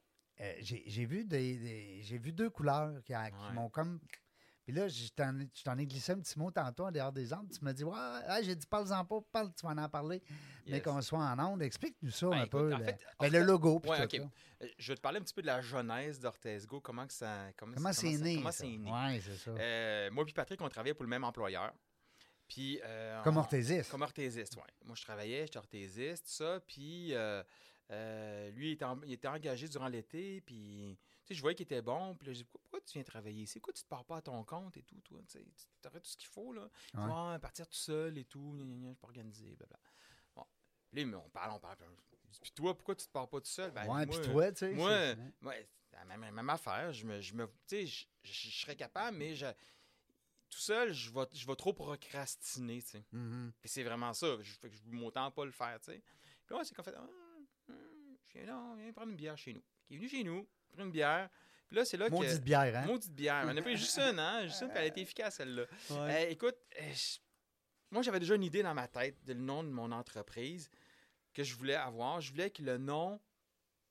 S2: euh, j'ai j'ai vu, des, des- j'ai vu deux couleurs qui, a- qui
S3: Ouais.
S2: m'ont comme. Puis là, je t'en ai- je t'en ai glissé un petit mot tantôt en dehors des ondes. Tu m'as dit, ouais, ouais, j'ai dit, parle-en pas, parle, tu vas en parler, mais
S3: Yes.
S2: qu'on soit en ondes. Explique-nous ça
S3: Ben,
S2: un
S3: écoute,
S2: peu.
S3: en
S2: là.
S3: fait,
S2: Ben,
S3: en
S2: le
S3: fait-
S2: logo. puis
S3: Ouais,
S2: tout
S3: ok.
S2: ça.
S3: Euh, Je vais te parler un petit peu de la genèse d'Ortezgo, comment que ça, comment,
S2: Comment c'est
S3: ça-
S2: né?
S3: comment
S2: ça?
S3: c'est né.
S2: Ouais, c'est ça.
S3: Euh, moi puis Patrick, on travaillait pour le même employeur. Puis, euh,
S2: Comme
S3: on-
S2: orthésiste.
S3: Comme orthésiste, oui. Moi, je travaillais, j'étais orthésiste, tout ça. Puis, euh, euh, lui, il était, en- il était engagé durant l'été. Puis, tu sais, je voyais qu'il était bon. Puis là, je dis, pourquoi, pourquoi tu viens travailler ici? Pourquoi tu te pars pas à ton compte et tout, toi? Tu aurais tout ce qu'il faut, là. Tu
S2: Ouais.
S3: vois, partir tout seul et tout. gna, gna, gna, je peux organiser, blablabla. Bon. Lui, mais on parle, on parle. Puis, je dis, Puis toi, pourquoi tu te pars pas tout seul? Ben,
S2: ouais,
S3: moi,
S2: puis toi, tu sais.
S3: moi,
S2: c'est-
S3: moi, c'est la même, même affaire. Je me, je me, tu sais, je, je- je serais capable, mais je- tout seul, je vais, je vais trop procrastiner. tu sais.
S2: Mhm.
S3: Puis c'est vraiment ça. Je, fait que je m'entends pas le faire. tu sais. Puis là, c'est qu'on fait Ah, hum, je viens, là, on vient prendre une bière chez nous. Il est venu chez nous, il a pris une bière. Puis là, c'est là que.
S2: Maudite bière, hein?
S3: Maudite bière. On a pris juste une, hein? Juste une, puis elle était efficace, celle-là. Euh, écoute, euh, je- moi, j'avais déjà une idée dans ma tête du nom de mon entreprise que je voulais avoir. Je voulais que le nom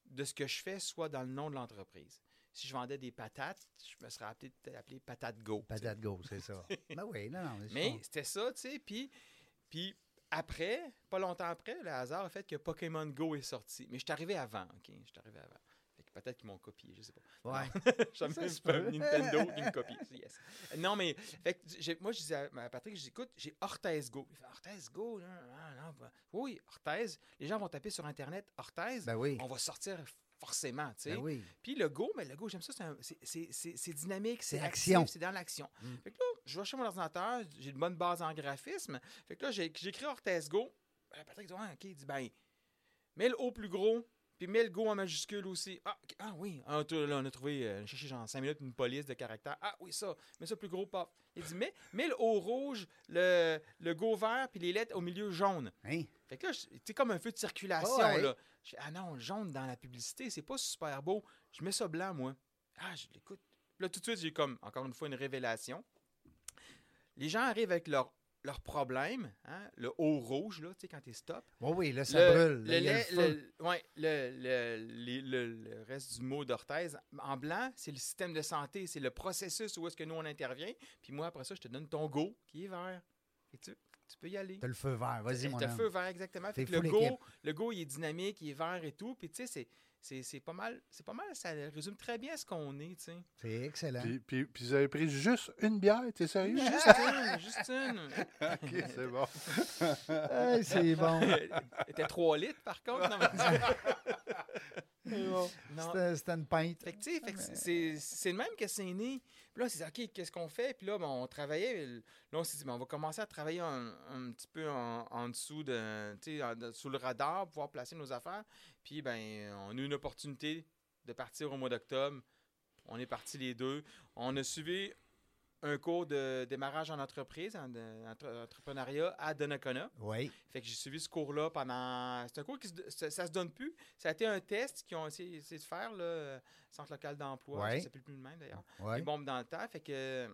S3: de ce que je fais soit dans le nom de l'entreprise. Si je vendais des patates, je me serais appelé, appelé Patate Go. tu sais.
S2: Patate go, c'est ça. ben oui, non, non. c'est
S3: Mais
S2: bon.
S3: c'était ça, tu sais. Puis, puis après, pas longtemps après, le hasard a fait que Pokémon Go est sorti. Mais je suis arrivé avant, OK? Je suis arrivé avant. Fait que peut-être qu'ils m'ont copié, je sais pas.
S2: Ouais.
S3: Jamais
S2: Ça se
S3: pas
S2: peut.
S3: Nintendo qui me copie. Yes. Non, mais fait que j'ai- moi, je disais à- à Patrick, je dis, écoute, j'ai Orthez Go. Il fait Orthez Go, non, non, non, pas- Oui, Orthez. Les gens vont taper sur Internet Orthez.
S2: Ben oui.
S3: On va sortir forcément, tu sais.
S2: Ben oui.
S3: Puis le go, mais le go, j'aime ça, c'est un- c'est- c'est c'est- c'est dynamique, c'est
S2: C'est
S3: actif,
S2: action.
S3: c'est dans l'action. Fait que là, je vais chez mon ordinateur, j'ai une bonne base en graphisme. Fait que là, j'ai- j'écris Orthez Go. Ben, Patrick dit, ouais, OK, il dit, ben, mets le O plus gros, puis mets le Go en majuscule aussi. Ah, ok, ah oui, Ah, tu- là, on a trouvé, euh, cherché genre 5 minutes une police de caractère. Ah oui, ça, mets ça plus gros, pop. Il dit, mets, mets le O rouge, le, le Go vert, puis les lettres au milieu jaune.
S2: Hein?
S3: Fait que là, c'est comme un feu de circulation,
S2: Ah ouais.
S3: là. Je fais, ah non, le jaune dans la publicité, c'est pas super beau. Je mets ça blanc, moi. Ah, je l'écoute. Puis Là, tout de suite, j'ai comme, encore une fois, une révélation. Les gens arrivent avec leur, leur problème, hein, le haut rouge, là, tu sais, quand t'es stop.
S2: Bon, Ben oui, là, ça brûle.
S3: Le,
S2: là, il y a le
S3: lait-
S2: feu.
S3: le- ouais, le- le- les- le- le reste du mot d'orthèse en blanc, c'est le système de santé, c'est le processus où est-ce que nous, on intervient. Puis moi, après ça, je te donne ton go qui est vert. Et tu, tu peux y aller.
S2: T'as le feu vert. Vas-y, mon
S3: T'as
S2: homme.
S3: feu vert, exactement. Fait
S2: T'es
S3: que le
S2: full
S3: go,
S2: équipe.
S3: le go, il est dynamique, il est vert et tout. Puis, tu sais, c'est- c'est- c'est pas mal. C'est pas mal. Ça résume très bien ce qu'on est, tu sais.
S2: C'est excellent.
S4: Puis, puis, puis vous avez pris juste une bière, t'es sérieux?
S3: Juste une, juste une.
S4: ok, c'est bon.
S2: Hey, c'est bon.
S3: C'était 3 litres, par contre. Non, mais- Non.
S2: C'était c'était une pinte.
S3: Fait que, tu sais, fait que c'est- c'est c'est le même que c'est né. Puis là, c'est OK, qu'est-ce qu'on fait? Puis là, ben, on travaillait. Là, on s'est dit, ben, on va commencer à travailler un, un petit peu en, en dessous de, tu sais, en- de- sous le radar, pour pouvoir placer nos affaires. Puis, ben, on a eu une opportunité de partir au mois d'octobre. On est partis les deux. On a suivi un cours de démarrage en entreprise, en, de- entre- entrepreneuriat à Donnacona.
S2: Oui.
S3: Fait que j'ai suivi ce cours-là pendant. C'est un cours qui se... Ça, ça se donne plus. Ça a été un test qu'ils ont essayé, essayé de faire, là, Centre local d'emploi.
S2: Ouais.
S3: Ça s'appelle plus le même d'ailleurs.
S2: Oui.
S3: Une bombe dans le temps. Fait que euh,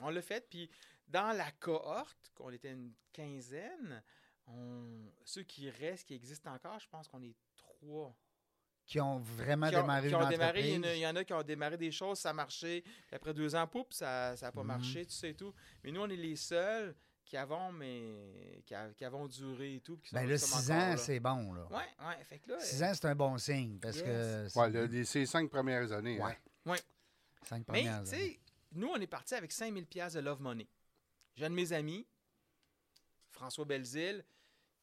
S3: on l'a fait. Puis dans la cohorte, qu'on était une quinzaine, on- ceux qui restent, qui existent encore, je pense qu'on est trois.
S2: Qui ont vraiment
S3: qui ont, qui
S2: démarré une
S3: ont démarré
S2: entreprise.
S3: une- il y en a qui ont démarré des choses, ça a marché. Puis après deux ans, poup, ça n'a
S2: Mm-hmm.
S3: pas marché, tu sais et tout. Mais nous, on est les seuls qui avons, mais, qui, a- qui avons duré et tout. puis qui
S2: Ben
S3: sont-
S2: là,
S3: sommes
S2: six
S3: encore
S2: ans,
S3: là.
S2: c'est bon, là.
S3: Ouais, ouais, fait que là. euh,
S2: Six ans, c'est un bon signe, parce
S3: Yes.
S2: que... c'est-
S4: Ouais, le- les- ces cinq premières années. hein.
S2: Ouais.
S3: Ouais.
S2: Cinq
S3: Mais,
S2: premières
S3: tu
S2: années.
S3: sais, nous, on est parti avec 5000 pièces de Love Money. J'ai un de mes amis, François Belzile,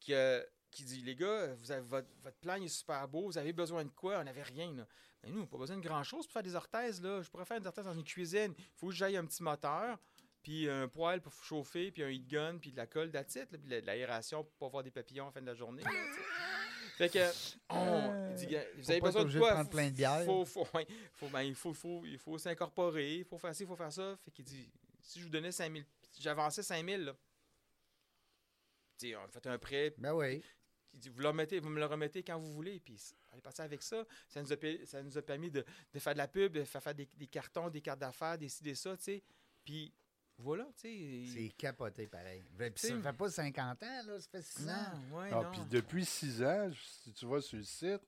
S3: qui, euh, qui dit Les gars, vous avez, votre, votre plan il est super beau, vous avez besoin de quoi On n'avait rien. Là. Ben, nous, on n'a pas besoin de grand-chose pour faire des orthèses. Là. Je pourrais faire des orthèses dans une cuisine. Il faut que j'aille un petit moteur, puis un poêle pour chauffer, puis un heat gun, puis de la colle d'attite, là, puis de l'aération pour pas avoir des papillons à la fin de la journée. là, tu sais. fait que, on, il dit, Gars, vous avez
S2: pas être
S3: besoin de
S2: obligé de
S3: quoi
S2: prendre plein de bières.
S3: Faut, faut, ouais, faut- ben, il faut, faut- il faut s'incorporer, il faut faire ci, il faut faire ça. Fait qu'il dit, si je vous donnais 5000, si j'avançais 5000, là. Tu sais, on fait un prêt,
S2: Ben oui.
S3: il dit, vous, le remettez, vous me le remettez quand vous voulez. Puis on est parti avec ça. Ça nous a, pa- ça nous a permis de, de faire de la pub, de faire, faire des, des cartons, des cartes d'affaires, des ci, des ça, tu sais. Puis voilà, tu sais.
S2: C'est capoté, pareil. Ben, Puis
S3: Tu sais,
S2: ça fait pas 50 ans, là, ça fait six ans.
S3: Non, ouais,
S4: Ah,
S3: non.
S4: puis depuis six ans, je- si tu vas sur le site,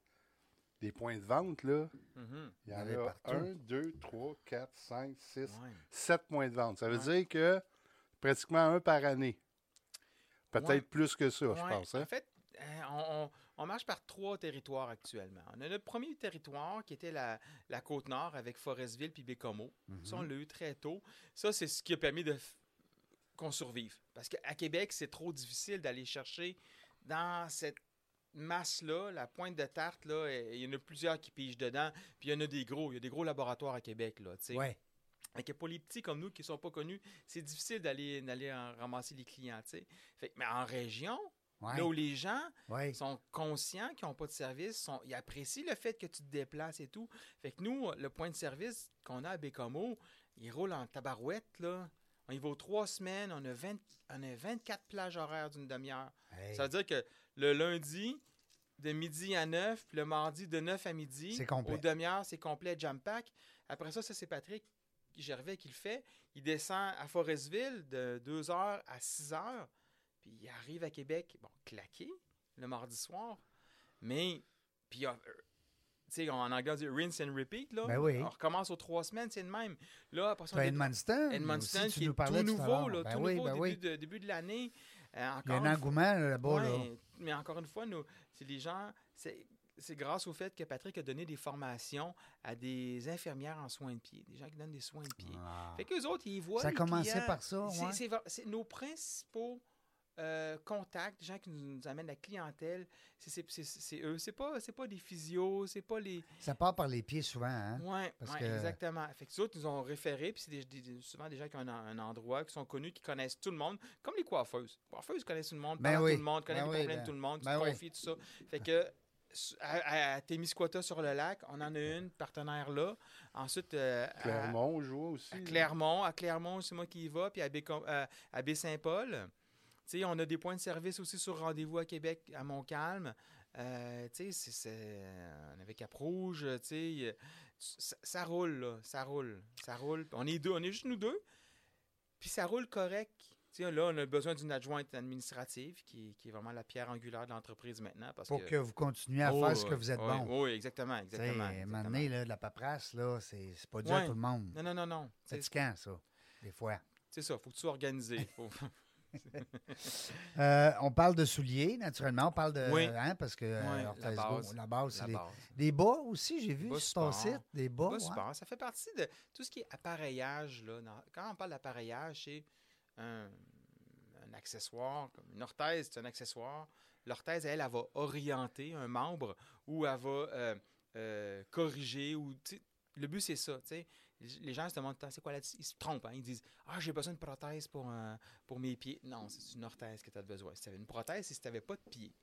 S4: les points de vente, là,
S3: Mhm,
S4: il y
S2: Il y
S4: en
S2: avait
S4: a
S2: partout.
S4: un, deux, trois, quatre, cinq, six,
S3: ouais.
S4: sept points de vente. Ça veut dire que pratiquement un par année. Peut-être
S3: Ouais.
S4: plus que ça, je
S3: Ouais.
S4: pense. hein.
S3: En fait, euh, on, on- on marche par trois territoires actuellement. On a notre premier territoire qui était la, la côte nord avec Forestville puis Bécomo. Ça, on
S4: Mhm.
S3: l'a eu très tôt. Ça, c'est ce qui a permis de f- qu'on survive. Parce qu'à Québec, c'est trop difficile d'aller chercher dans cette masse-là, la pointe de tarte, là, et- et il y en a plusieurs qui pigent dedans. Puis il y en a des gros. Il y a des gros laboratoires à Québec. Là, tu sais.
S2: Ouais.
S3: Fait que pour les petits comme nous qui ne sont pas connus, c'est difficile d'aller d'aller en ramasser les clients. tu sais. Fait que- mais en région,
S2: Ouais.
S3: Là où les gens
S2: ouais.
S3: sont conscients qu'ils n'ont pas de service, sont- ils apprécient le fait que tu te déplaces et tout. Fait que nous, le point de service qu'on a à Bécomo, il roule en tabarouette, là. On y va aux trois semaines, on a, 20 on a 24 plages horaires d'une demi-heure.
S2: Hey,
S3: Ça veut dire que le lundi, de midi à 9, puis le mardi, de 9 à midi,
S2: C'est complet.
S3: aux demi-heures, c'est complet, jam pack. Après ça, ça, c'est Patrick Gervais qui le fait. Il descend à Forestville de 2h à 6h, puis il arrive à Québec, bon, claqué, le mardi soir. Mais, puis, euh, euh, tu sais, en anglais, on dit rinse and repeat, là.
S2: Ben oui.
S3: On recommence aux trois semaines, c'est le même. Là, après ça, on
S2: T'as
S3: dé-
S2: Ben, Edmundston.
S3: Edmundston,
S2: aussi, tu
S3: qui est
S2: nous
S3: tout
S2: parlais à
S3: nouveau,
S2: l'heure.
S3: là,
S2: Ben
S3: tout
S2: oui,
S3: nouveau,
S2: ben
S3: début,
S2: oui.
S3: de, début de l'année. Euh,
S2: Il y a
S3: encore
S2: un
S3: une
S2: engouement là, là-bas. là.
S3: Ouais, Mais encore une fois, nous, c'est les gens, c'est, c'est grâce au fait que Patrick a donné des formations à des infirmières en soins de pied, des gens qui donnent des soins de pied.
S2: Ah.
S3: Fait qu'eux autres, ils voient.
S2: Ça
S3: les
S2: commençait
S3: clients.
S2: par ça,
S3: C'est,
S2: ouais.
S3: c'est va- c'est nos principaux euh, contacts, les gens qui nous, nous amènent la clientèle, c'est, c'est, c'est- c'est eux. C'est pas, c'est pas des physios, c'est pas les.
S2: Ça part par les pieds souvent. Hein?
S3: Ouais,
S2: Parce
S3: ouais,
S2: que-
S3: exactement. Fait que les autres, ils nous ont référé, puis c'est des- des- des- souvent des gens qui ont un, un endroit, qui sont connus, qui connaissent tout le monde, comme les coiffeuses. Les coiffeuses connaissent tout le monde,
S2: Ben
S3: parlent à
S2: oui,
S3: tout le monde, connaissent
S2: ben
S3: les
S2: oui,
S3: problèmes
S2: ben-
S3: de tout le monde, qui
S2: ben
S3: se
S2: oui.
S3: confient, tout ça. Fait que s- à, à- à Témiscouata sur le lac, on en a une partenaire là. Ensuite, euh, à-
S4: Clermont, je vois aussi.
S3: à,
S4: là.
S2: euh,
S3: Clermont, à Clermont, c'est moi qui y va, puis à, Bécom- euh, à Baie-Saint-Paul. Tu sais, on a des points de service aussi sur rendez-vous à Québec, à Montcalm. Euh, tu sais, c'est- c'est- on avait Cap Rouge, tu sais, euh, ça, ça roule, là, ça roule, ça roule. On est deux, on est juste nous deux, puis ça roule correct. Tu sais, là, on a besoin d'une adjointe administrative qui, est- qui est vraiment la pierre angulaire de l'entreprise maintenant. Parce
S2: Pour
S3: que,
S2: que vous continuez à
S3: Oh,
S2: faire ce
S3: ouais,
S2: que vous êtes
S3: ouais,
S2: bon.
S3: Oui, exactement,
S2: Tu sais,
S3: exactement.
S2: à un moment
S3: exactement.
S2: donné, là, de la paperasse, là, c'est c'est pas dur à
S3: Ouais.
S2: tout le monde.
S3: Non, non, non, non.
S2: C'est
S3: C'est
S2: fatigant, ça, des fois.
S3: c'est ça, faut que tu sois organisé. Faut-
S2: Euh, on parle de souliers, naturellement. On parle de.
S3: Oui.
S2: hein, parce que euh,
S3: Ouais, la
S2: Orthès Go,
S3: base.
S2: la base, c'est
S3: La
S2: les-
S3: base.
S2: Des bas aussi, j'ai vu
S3: Bas
S2: sur ton
S3: sport.
S2: site. Des bas.
S3: Pas
S2: ouais.
S3: super. Ça fait partie de tout ce qui est appareillage. Là, dans- quand on parle d'appareillage, c'est un, un accessoire. comme Une orthèse, c'est un accessoire. L'orthèse, elle, elle, va orienter un membre ou elle va euh, euh, corriger. Ou, tu sais, le but, c'est ça. tu sais. Les gens se demandent, c'est quoi là Ils se trompent. hein. Ils disent, ah, j'ai besoin d'une prothèse pour, euh, pour mes pieds. Non, c'est une orthèse que tu as besoin. Si tu avais une prothèse, c'est si tu n'avais pas de pied.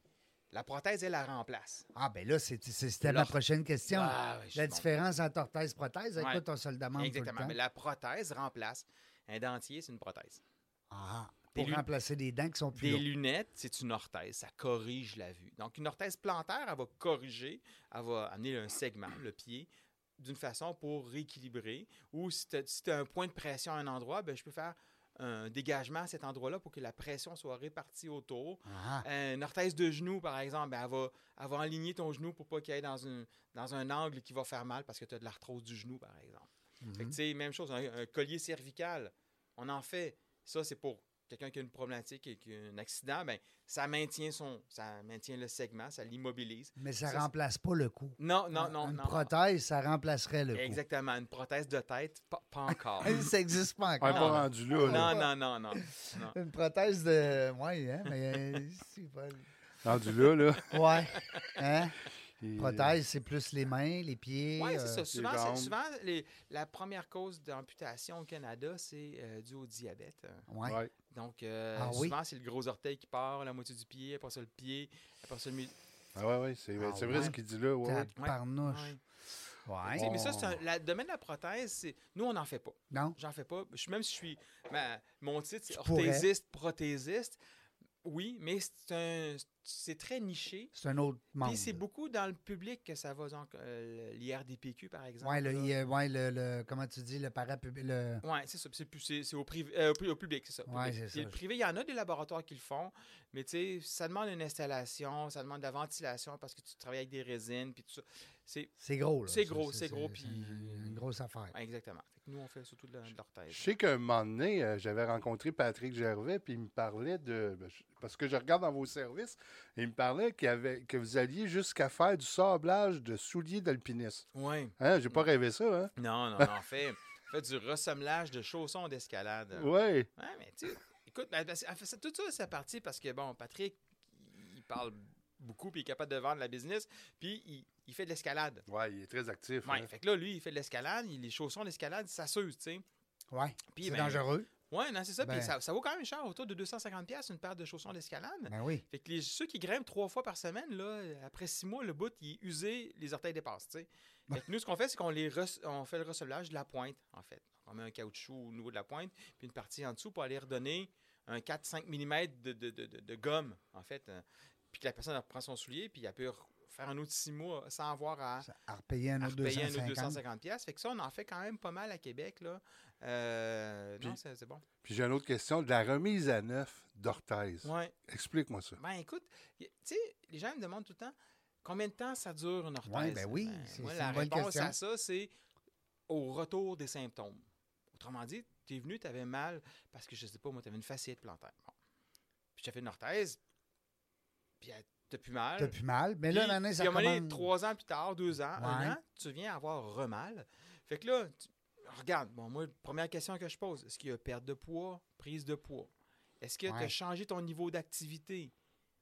S3: La prothèse, elle, la remplace.
S2: Ah, ben là, c'est- c'est- c'était ma
S3: L'or-
S2: prochaine question.
S3: Ah, oui, je suis
S2: la
S3: bon.
S2: différence entre orthèse-prothèse,
S3: Ouais.
S2: écoute, on se le demande tout
S3: Exactement.
S2: le temps.
S3: Mais la prothèse remplace. Un dentier, c'est une prothèse.
S2: Ah,
S3: Des
S2: pour
S3: lu-
S2: remplacer des dents qui sont plus
S3: Des
S2: lourdes.
S3: lunettes, c'est une orthèse, ça corrige la vue. Donc, une orthèse plantaire, elle va corriger, elle va amener un segment, le pied, d'une façon pour rééquilibrer. Ou si tu as, un point de pression à un endroit, ben, je peux faire un dégagement à cet endroit-là pour que la pression soit répartie autour.
S2: Ah,
S3: Euh, Une orthèse de genou, par exemple, ben, elle, va, elle va enligner ton genou pour pas qu'il aille dans, une- dans un angle qui va faire mal parce que tu as de l'arthrose du genou, par exemple.
S2: Mhm.
S3: Fait que, tu sais, même chose, un, un collier cervical, on en fait. Ça, c'est pour quelqu'un qui a une problématique et qui a un accident, ben, ça maintient son, ça maintient le segment, ça l'immobilise.
S2: mais ça,
S3: ça, c'est-
S2: remplace pas le coup.
S3: Non, non, non,
S2: Ah, Une
S3: non.
S2: prothèse, ça remplacerait le coup.
S3: Exactement, une prothèse de tête, pas, pas encore.
S2: Ça n'existe pas
S4: On n'est
S2: encore.
S4: pas rendu là. là.
S3: non, non, non, non, non.
S2: Une prothèse de. Oui, hein, mais. euh, c'est pas-
S4: Rendu là, là. euh,
S2: Ouais. Hein?
S4: Et-
S2: Prothèse, c'est plus les mains, les pieds.
S3: Oui, c'est
S2: euh,
S3: ça. Souvent,
S4: jambes.
S3: c'est- souvent les- la première cause d'amputation au Canada, c'est euh, dû au diabète. hein.
S2: ouais.
S4: Ouais.
S3: Donc, euh,
S2: Ah oui?
S3: souvent, c'est le gros orteil qui part, la moitié du pied, après ça le pied, après ça le milieu.
S2: Hein?
S4: Ah ouais, ouais, c'est
S2: Ah
S4: c'est vrai
S2: ouais.
S4: ce qu'il dit là. ouais, ouais.
S2: Tabarnouche.
S3: Tu
S2: Ouais.
S3: sais, Mais ça, c'est un- la- le domaine de la prothèse, c'est- nous, on n'en fait pas.
S2: Non?
S3: J'en fais pas. Je, suis- même si je suis. ma- mon titre, c'est
S2: Tu pourrais.
S3: orthésiste, prothésiste. Oui, mais c'est un- c'est très niché.
S2: C'est un autre monde.
S3: Puis c'est beaucoup dans le public que ça va, donc, euh, l'IRDPQ, par exemple.
S2: Ouais, le,
S3: là.
S2: I- ouais, le, le- Comment tu dis, le parapublic. Le...
S3: Ouais, c'est ça. C'est plus- C'est c'est au, privé- euh, au pu- au public, c'est ça. au
S2: Ouais,
S3: public.
S2: c'est
S3: Puis
S2: ça.
S3: Le privé, il y en a des laboratoires qui le font, mais tu sais, ça demande une installation, ça demande de la ventilation parce que tu travailles avec des résines, puis tout ça. C'est
S2: C'est gros, là.
S3: C'est
S2: Ça,
S3: gros, c'est gros, puis-
S2: Une, une grosse affaire.
S3: ouais, exactement. Fait que nous, on fait surtout de la- de l'orthèse.
S4: Je sais qu'un moment donné, euh, j'avais rencontré Patrick Gervais, puis il me parlait de. ben, je- Parce que je regarde dans vos services, et il me parlait qu'il y avait, que vous alliez jusqu'à faire du sablage de souliers d'alpinistes.
S3: Ouais.
S4: Hein, j'ai pas rêvé ça, hein?
S3: Non, non, non, on fait, on fait du ressemblage de chaussons d'escalade.
S4: Ouais.
S3: Ouais, mais tu sais, écoute, ben, ben, c'est- en fait, ça- tout ça, c'est parti parce que, bon, Patrick, il parle beaucoup, puis il est capable de vendre la business, puis il, il fait de l'escalade.
S4: Ouais, il est très actif.
S3: Ouais,
S4: hein.
S3: fait que là, lui, il fait de l'escalade, il- les chaussons d'escalade, ça s'use, tu sais.
S2: Ouais.
S3: Puis,
S2: C'est
S3: ben,
S2: dangereux.
S3: Ouais, non, c'est ça.
S2: Ben.
S3: Puis ça, ça vaut quand même cher, autour de 250$ piastres, une paire de chaussons d'escalade.
S2: Ben oui.
S3: Fait que les, ceux qui grimpent trois fois par semaine, là, après six mois, le bout, il est usé, les orteils dépassent, tu sais. Fait que nous, ce qu'on fait, c'est qu'on les res- on fait le ressemblage de la pointe, en fait. On met un caoutchouc au niveau de la pointe, puis une partie en dessous pour aller redonner un 4-5 mm de, de- de- de- de gomme, en fait. hein. Puis que la personne elle prend son soulier, puis elle peut re- faire un autre six mois sans avoir à,
S2: Ça- À repayer un
S3: à
S2: autre
S3: repayer un
S2: 250.
S3: autre 250$. piastres. Fait que ça, on en fait quand même pas mal à Québec, là. Euh, non,
S4: Puis-
S3: c'est c'est bon.
S4: Puis j'ai une autre question de la remise à neuf d'orthèse.
S3: Ouais.
S4: Explique-moi ça.
S3: Ben écoute, y- tu sais, les gens me demandent tout le temps combien de temps ça dure une orthèse.
S2: Ouais, ben oui, c'est-
S3: moi,
S2: c'est
S3: la
S2: une bonne
S3: réponse
S2: question.
S3: à ça, c'est au retour des symptômes. Autrement dit, tu es venu, tu avais mal parce que je sais pas, moi, tu avais une fasciite plantaire. Bon. Puis tu fait une orthèse, puis tu plus mal.
S2: T'as plus mal. Mais là,
S3: Puis,
S2: maintenant, ça
S3: puis à un moment donné,
S2: commence.
S3: trois ans plus tard, deux ans,
S2: Ouais.
S3: un an, tu viens avoir remal. Fait que là, tu- regarde, bon, moi, première question que je pose, est-ce qu'il y a perte de poids, prise de poids? Est-ce que tu
S2: Ouais.
S3: as changé ton niveau d'activité?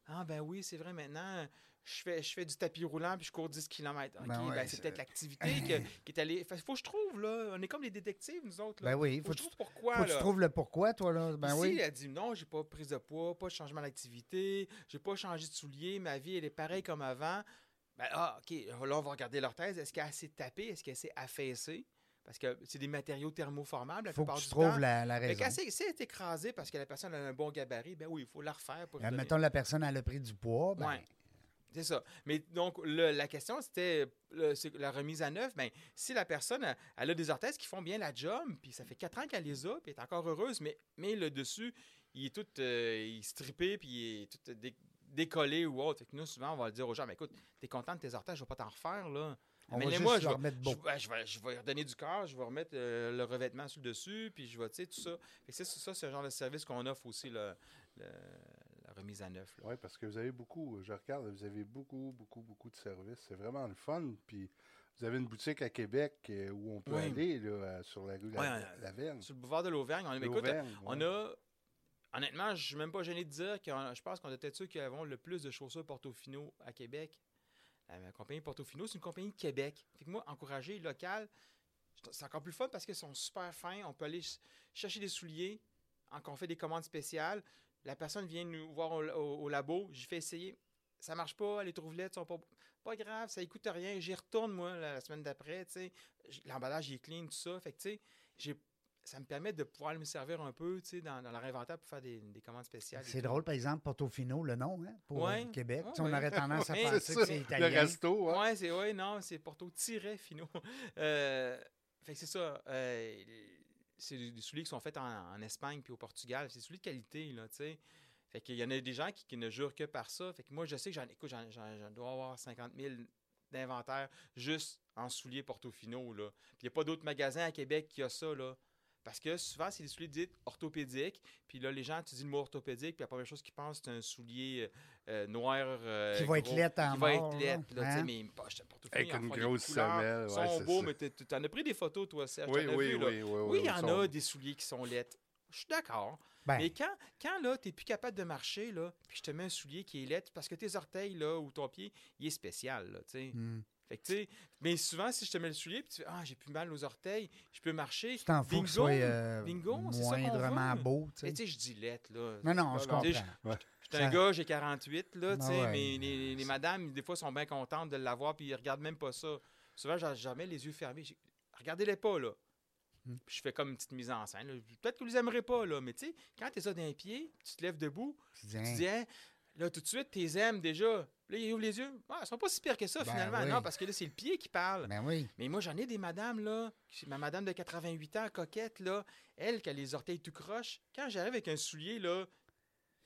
S3: Ah ben oui, c'est vrai, maintenant, je fais, je fais du tapis roulant puis je cours 10 km. OK,
S2: Ben ouais,
S3: ben, c'est
S2: c'est-
S3: peut-être l'activité que- qui est allée... Fait- faut que je trouve, là, on est comme les détectives, nous autres. Là.
S2: Ben oui,
S3: faut que
S2: faut
S3: je
S2: que
S3: trouve pourquoi,
S2: Faut que tu
S3: là.
S2: trouves le pourquoi, toi, là. Ben
S3: Ici,
S2: oui.
S3: elle dit non, j'ai pas prise de poids, pas de changement d'activité, j'ai pas changé de soulier, ma vie elle est pareille comme avant. Ben, ah, OK, là on va regarder leur thèse. Est-ce qu'elle s'est tapée? Est-ce qu'elle s'est affaissée? Parce que c'est des matériaux thermoformables la
S2: Faut
S3: plupart
S2: que tu
S3: du
S2: trouves
S3: temps.
S2: la, la
S3: Fait
S2: raison.
S3: qu'elle s'est- si elle est écrasée parce que la personne a un bon gabarit, ben oui, il faut la refaire pour donner-
S2: Admettons, Euh, la personne, elle a pris du poids. Ben,
S3: Ouais. C'est ça. Mais donc, le- la question, c'était le- c'est la remise à neuf. Ben, si la personne, elle, elle a des orthèses qui font bien la job, puis ça fait quatre ans qu'elle les a, puis elle est encore heureuse, mais, mais le dessus, il est tout euh, il est strippé, puis il est tout euh, dé- décollé ou autre. Fait que nous, souvent, on va le dire aux gens, mais écoute, t'es content de tes orthèses, je vais pas t'en refaire, là.
S2: On va
S3: Amène-les-moi,
S2: juste
S3: je
S2: leur
S3: vais-
S2: mettre
S3: je,
S2: beau.
S3: ben, je vais, je vais redonner du corps, je vais remettre euh, le revêtement sur le dessus, puis je vais, tu sais, tout ça. Fait que c'est ça, c'est le genre de service qu'on offre aussi, le- le- la remise à neuf. là.
S4: Oui, parce que vous avez beaucoup, je regarde, vous avez beaucoup, beaucoup, beaucoup de services. C'est vraiment le fun. Puis vous avez une boutique à Québec euh, où on peut
S3: Oui.
S4: aller là, euh, sur la rue La,
S3: Ouais, euh,
S4: La Verne.
S3: Sur le boulevard de l'Auvergne, on écoute,
S4: Mm. L'Auvergne,
S3: On
S4: ouais.
S3: a. Honnêtement, je suis même pas gêné de dire que je pense qu'on est peut-être ceux qui avons le plus de chaussures Portofino à Québec. La, ma compagnie Portofino, c'est une compagnie de Québec. Fait que moi, encourager local, c'est- c'est encore plus fun parce qu'ils sont super fins. On peut aller ch- chercher des souliers, en- qu'on fait des commandes spéciales. La personne vient nous voir au, au- au labo, j'y fais essayer. Ça marche pas, les trouvelettes sont pas. Pas grave, ça coûte rien. J'y retourne, moi, la, la semaine d'après, tu sais. J- L'emballage, il est clean, tout ça. Fait que, tu sais, j'ai ça me permet de pouvoir me servir un peu, tu sais, dans, dans leur inventaire pour faire des, des commandes spéciales.
S2: C'est drôle, par exemple, Portofino, le nom, hein, pour
S3: Ouais.
S2: le Québec.
S3: Ouais,
S2: Tu sais, On
S3: ouais.
S2: aurait tendance à
S3: Ouais,
S2: penser
S4: C'est
S2: que
S4: ça,
S2: c'est
S4: le
S2: italien.
S4: resto, hein?
S3: Eh, Ouais, c'est ouais, non, c'est Porto tiret Fino. Euh, fait que c'est ça. euh, c'est des des souliers qui sont faits en, en Espagne puis au Portugal. C'est des souliers de qualité, là, tu sais. Fait qu'il y en a des gens qui, qui ne jurent que par ça. Fait que moi, je sais que j'en écoute, j'en, j'en- j'en dois avoir 50 000 d'inventaire juste en souliers Portofino, là. Puis il n'y a pas d'autres magasins à Québec qui a ça, là. Parce que souvent, c'est des souliers dits orthopédiques. Puis là, les gens, tu dis le mot orthopédique, puis la première chose qu'ils pensent, c'est un soulier euh, euh, noir. euh,
S2: Qui va être
S3: gros,
S2: laid en
S3: Qui va
S2: mort,
S3: être laid.
S2: là.
S3: Puis là, tu sais,
S2: Hein?
S3: mais une poche de Portofino.
S4: Avec
S3: ils en
S4: une
S3: font des
S4: grosse
S3: couleurs,
S4: semelle,
S3: ils
S4: ouais,
S3: sont
S4: c'est
S3: beaux,
S4: ça.
S3: mais t'es- t'en as pris des photos, toi, Serge.
S4: Oui,
S3: t'en as
S4: oui,
S3: vu,
S4: oui,
S3: là.
S4: oui, oui,
S3: Oui, il y en
S4: ils
S3: a
S4: sont-
S3: des souliers qui sont laids. Je suis d'accord.
S2: Ben.
S3: Mais quand, quand là, t'es plus capable de marcher, là, puis je te mets un soulier qui est laid, parce que tes orteils, là, ou ton pied, il est spécial, là, tu sais.
S2: hmm,
S3: Fait que, tu sais, mais souvent, si je te mets le soulier, puis tu fais, ah, j'ai plus mal aux orteils, je peux marcher.
S2: Tu t'en fous
S3: bingo,
S2: que ce soit euh,
S3: bingo, c'est ça qu'on
S2: moindrement
S3: veut.
S2: beau. tu sais.
S3: Mais tu sais, je dis laid, là.
S2: Non, non,
S3: Tu
S2: je
S3: sais,
S2: comprends.
S3: je- J'étais
S2: Ça-
S3: un gars, j'ai 48, là, tu
S2: Ah
S3: sais,
S2: ouais.
S3: mais les, les madames, des fois, sont bien contentes de l'avoir, puis ils regardent même pas ça. Souvent, j'en- j'en mets les yeux fermés. J'ai- Regardez-les pas, là.
S2: Hmm.
S3: Puis je fais comme une petite mise en scène. là. Peut-être que vous les aimerez pas, là, mais tu sais, quand t'es ça d'un pied, tu te lèves debout,
S2: Tu dis,
S3: tu
S2: hein,
S3: dis, Hein, là, tout de suite, t'es aimes déjà. Là, ils ouvrent les yeux. Ah, ils sont pas si pires que ça,
S2: Ben
S3: finalement.
S2: oui.
S3: Non, parce que là, c'est le pied qui parle.
S2: ben oui.
S3: Mais moi, j'en ai des madames, là. qui- Ma madame de 88 ans, coquette, là. Elle, qui a les orteils tout croches. Quand j'arrive avec un soulier, là,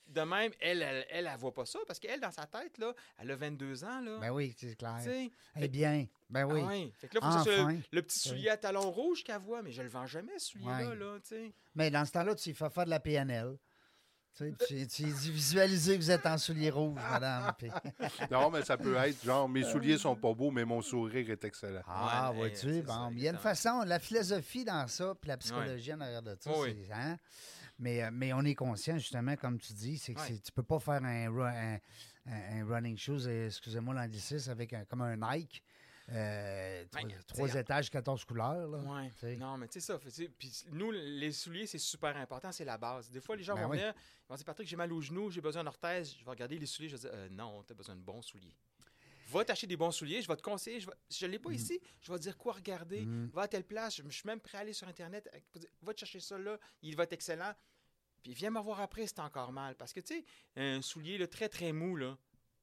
S3: de même, elle, elle, elle, elle voit pas ça. Parce qu'elle, dans sa tête, là, elle a 22 ans, là.
S2: Ben oui, c'est clair.
S3: tu sais.
S2: Eh bien, ben oui.
S3: Ah ouais. Fait que là, faut que ce soit
S2: Enfin.
S3: le, le petit soulier à talons rouges qu'elle voit. Mais je le vends jamais, ce soulier-là,
S2: Ouais.
S3: là, tu sais.
S2: Mais dans ce temps-là, tu fais faire de la PNL. Tu, sais, puis tu, tu dis, visualisez que vous êtes en souliers rouges, madame. puis-
S4: Non, mais ça peut être genre, mes souliers sont pas beaux, mais mon sourire est excellent.
S2: Ah,
S3: Ouais,
S2: vois-tu?
S3: c'est
S2: bon,
S3: ça,
S2: il y a une
S3: exactement.
S2: façon, la philosophie dans ça, puis la psychologie en arrière de ça,
S3: Oui.
S2: c'est- hein? mais, euh, mais on est conscient, justement, comme tu dis, c'est que
S3: Ouais.
S2: c'est- tu peux pas faire un, ru- un- un- un running shoes, euh, excusez-moi l'anglicisme, avec un, comme un Nike, euh, trois,
S3: Ben, tu sais,
S2: trois étages, 14 couleurs. Là,
S3: Ouais.
S2: tu sais.
S3: Non, mais tu sais ça. fait- tu sais, Puis nous, les souliers, c'est super important, c'est la base. Des fois, les gens
S2: Ben
S3: vont
S2: oui.
S3: venir, ils vont dire Patrick, j'ai mal aux genoux, j'ai besoin d'un orthèse. Je vais regarder les souliers, je vais dire Euh, non, t'as besoin de bons souliers. Va t'acheter des bons souliers, je vais te conseiller. Je vais- Si je ne l'ai
S2: Mm.
S3: pas ici, je vais te dire quoi regarder.
S2: Hmm.
S3: Va à telle place, je, je suis même prêt à aller sur Internet. euh, pour dire, Va te chercher ça là, il va être excellent. Puis viens m'avoir après si t'as encore mal. Parce que tu sais, un soulier là, très très mou, là,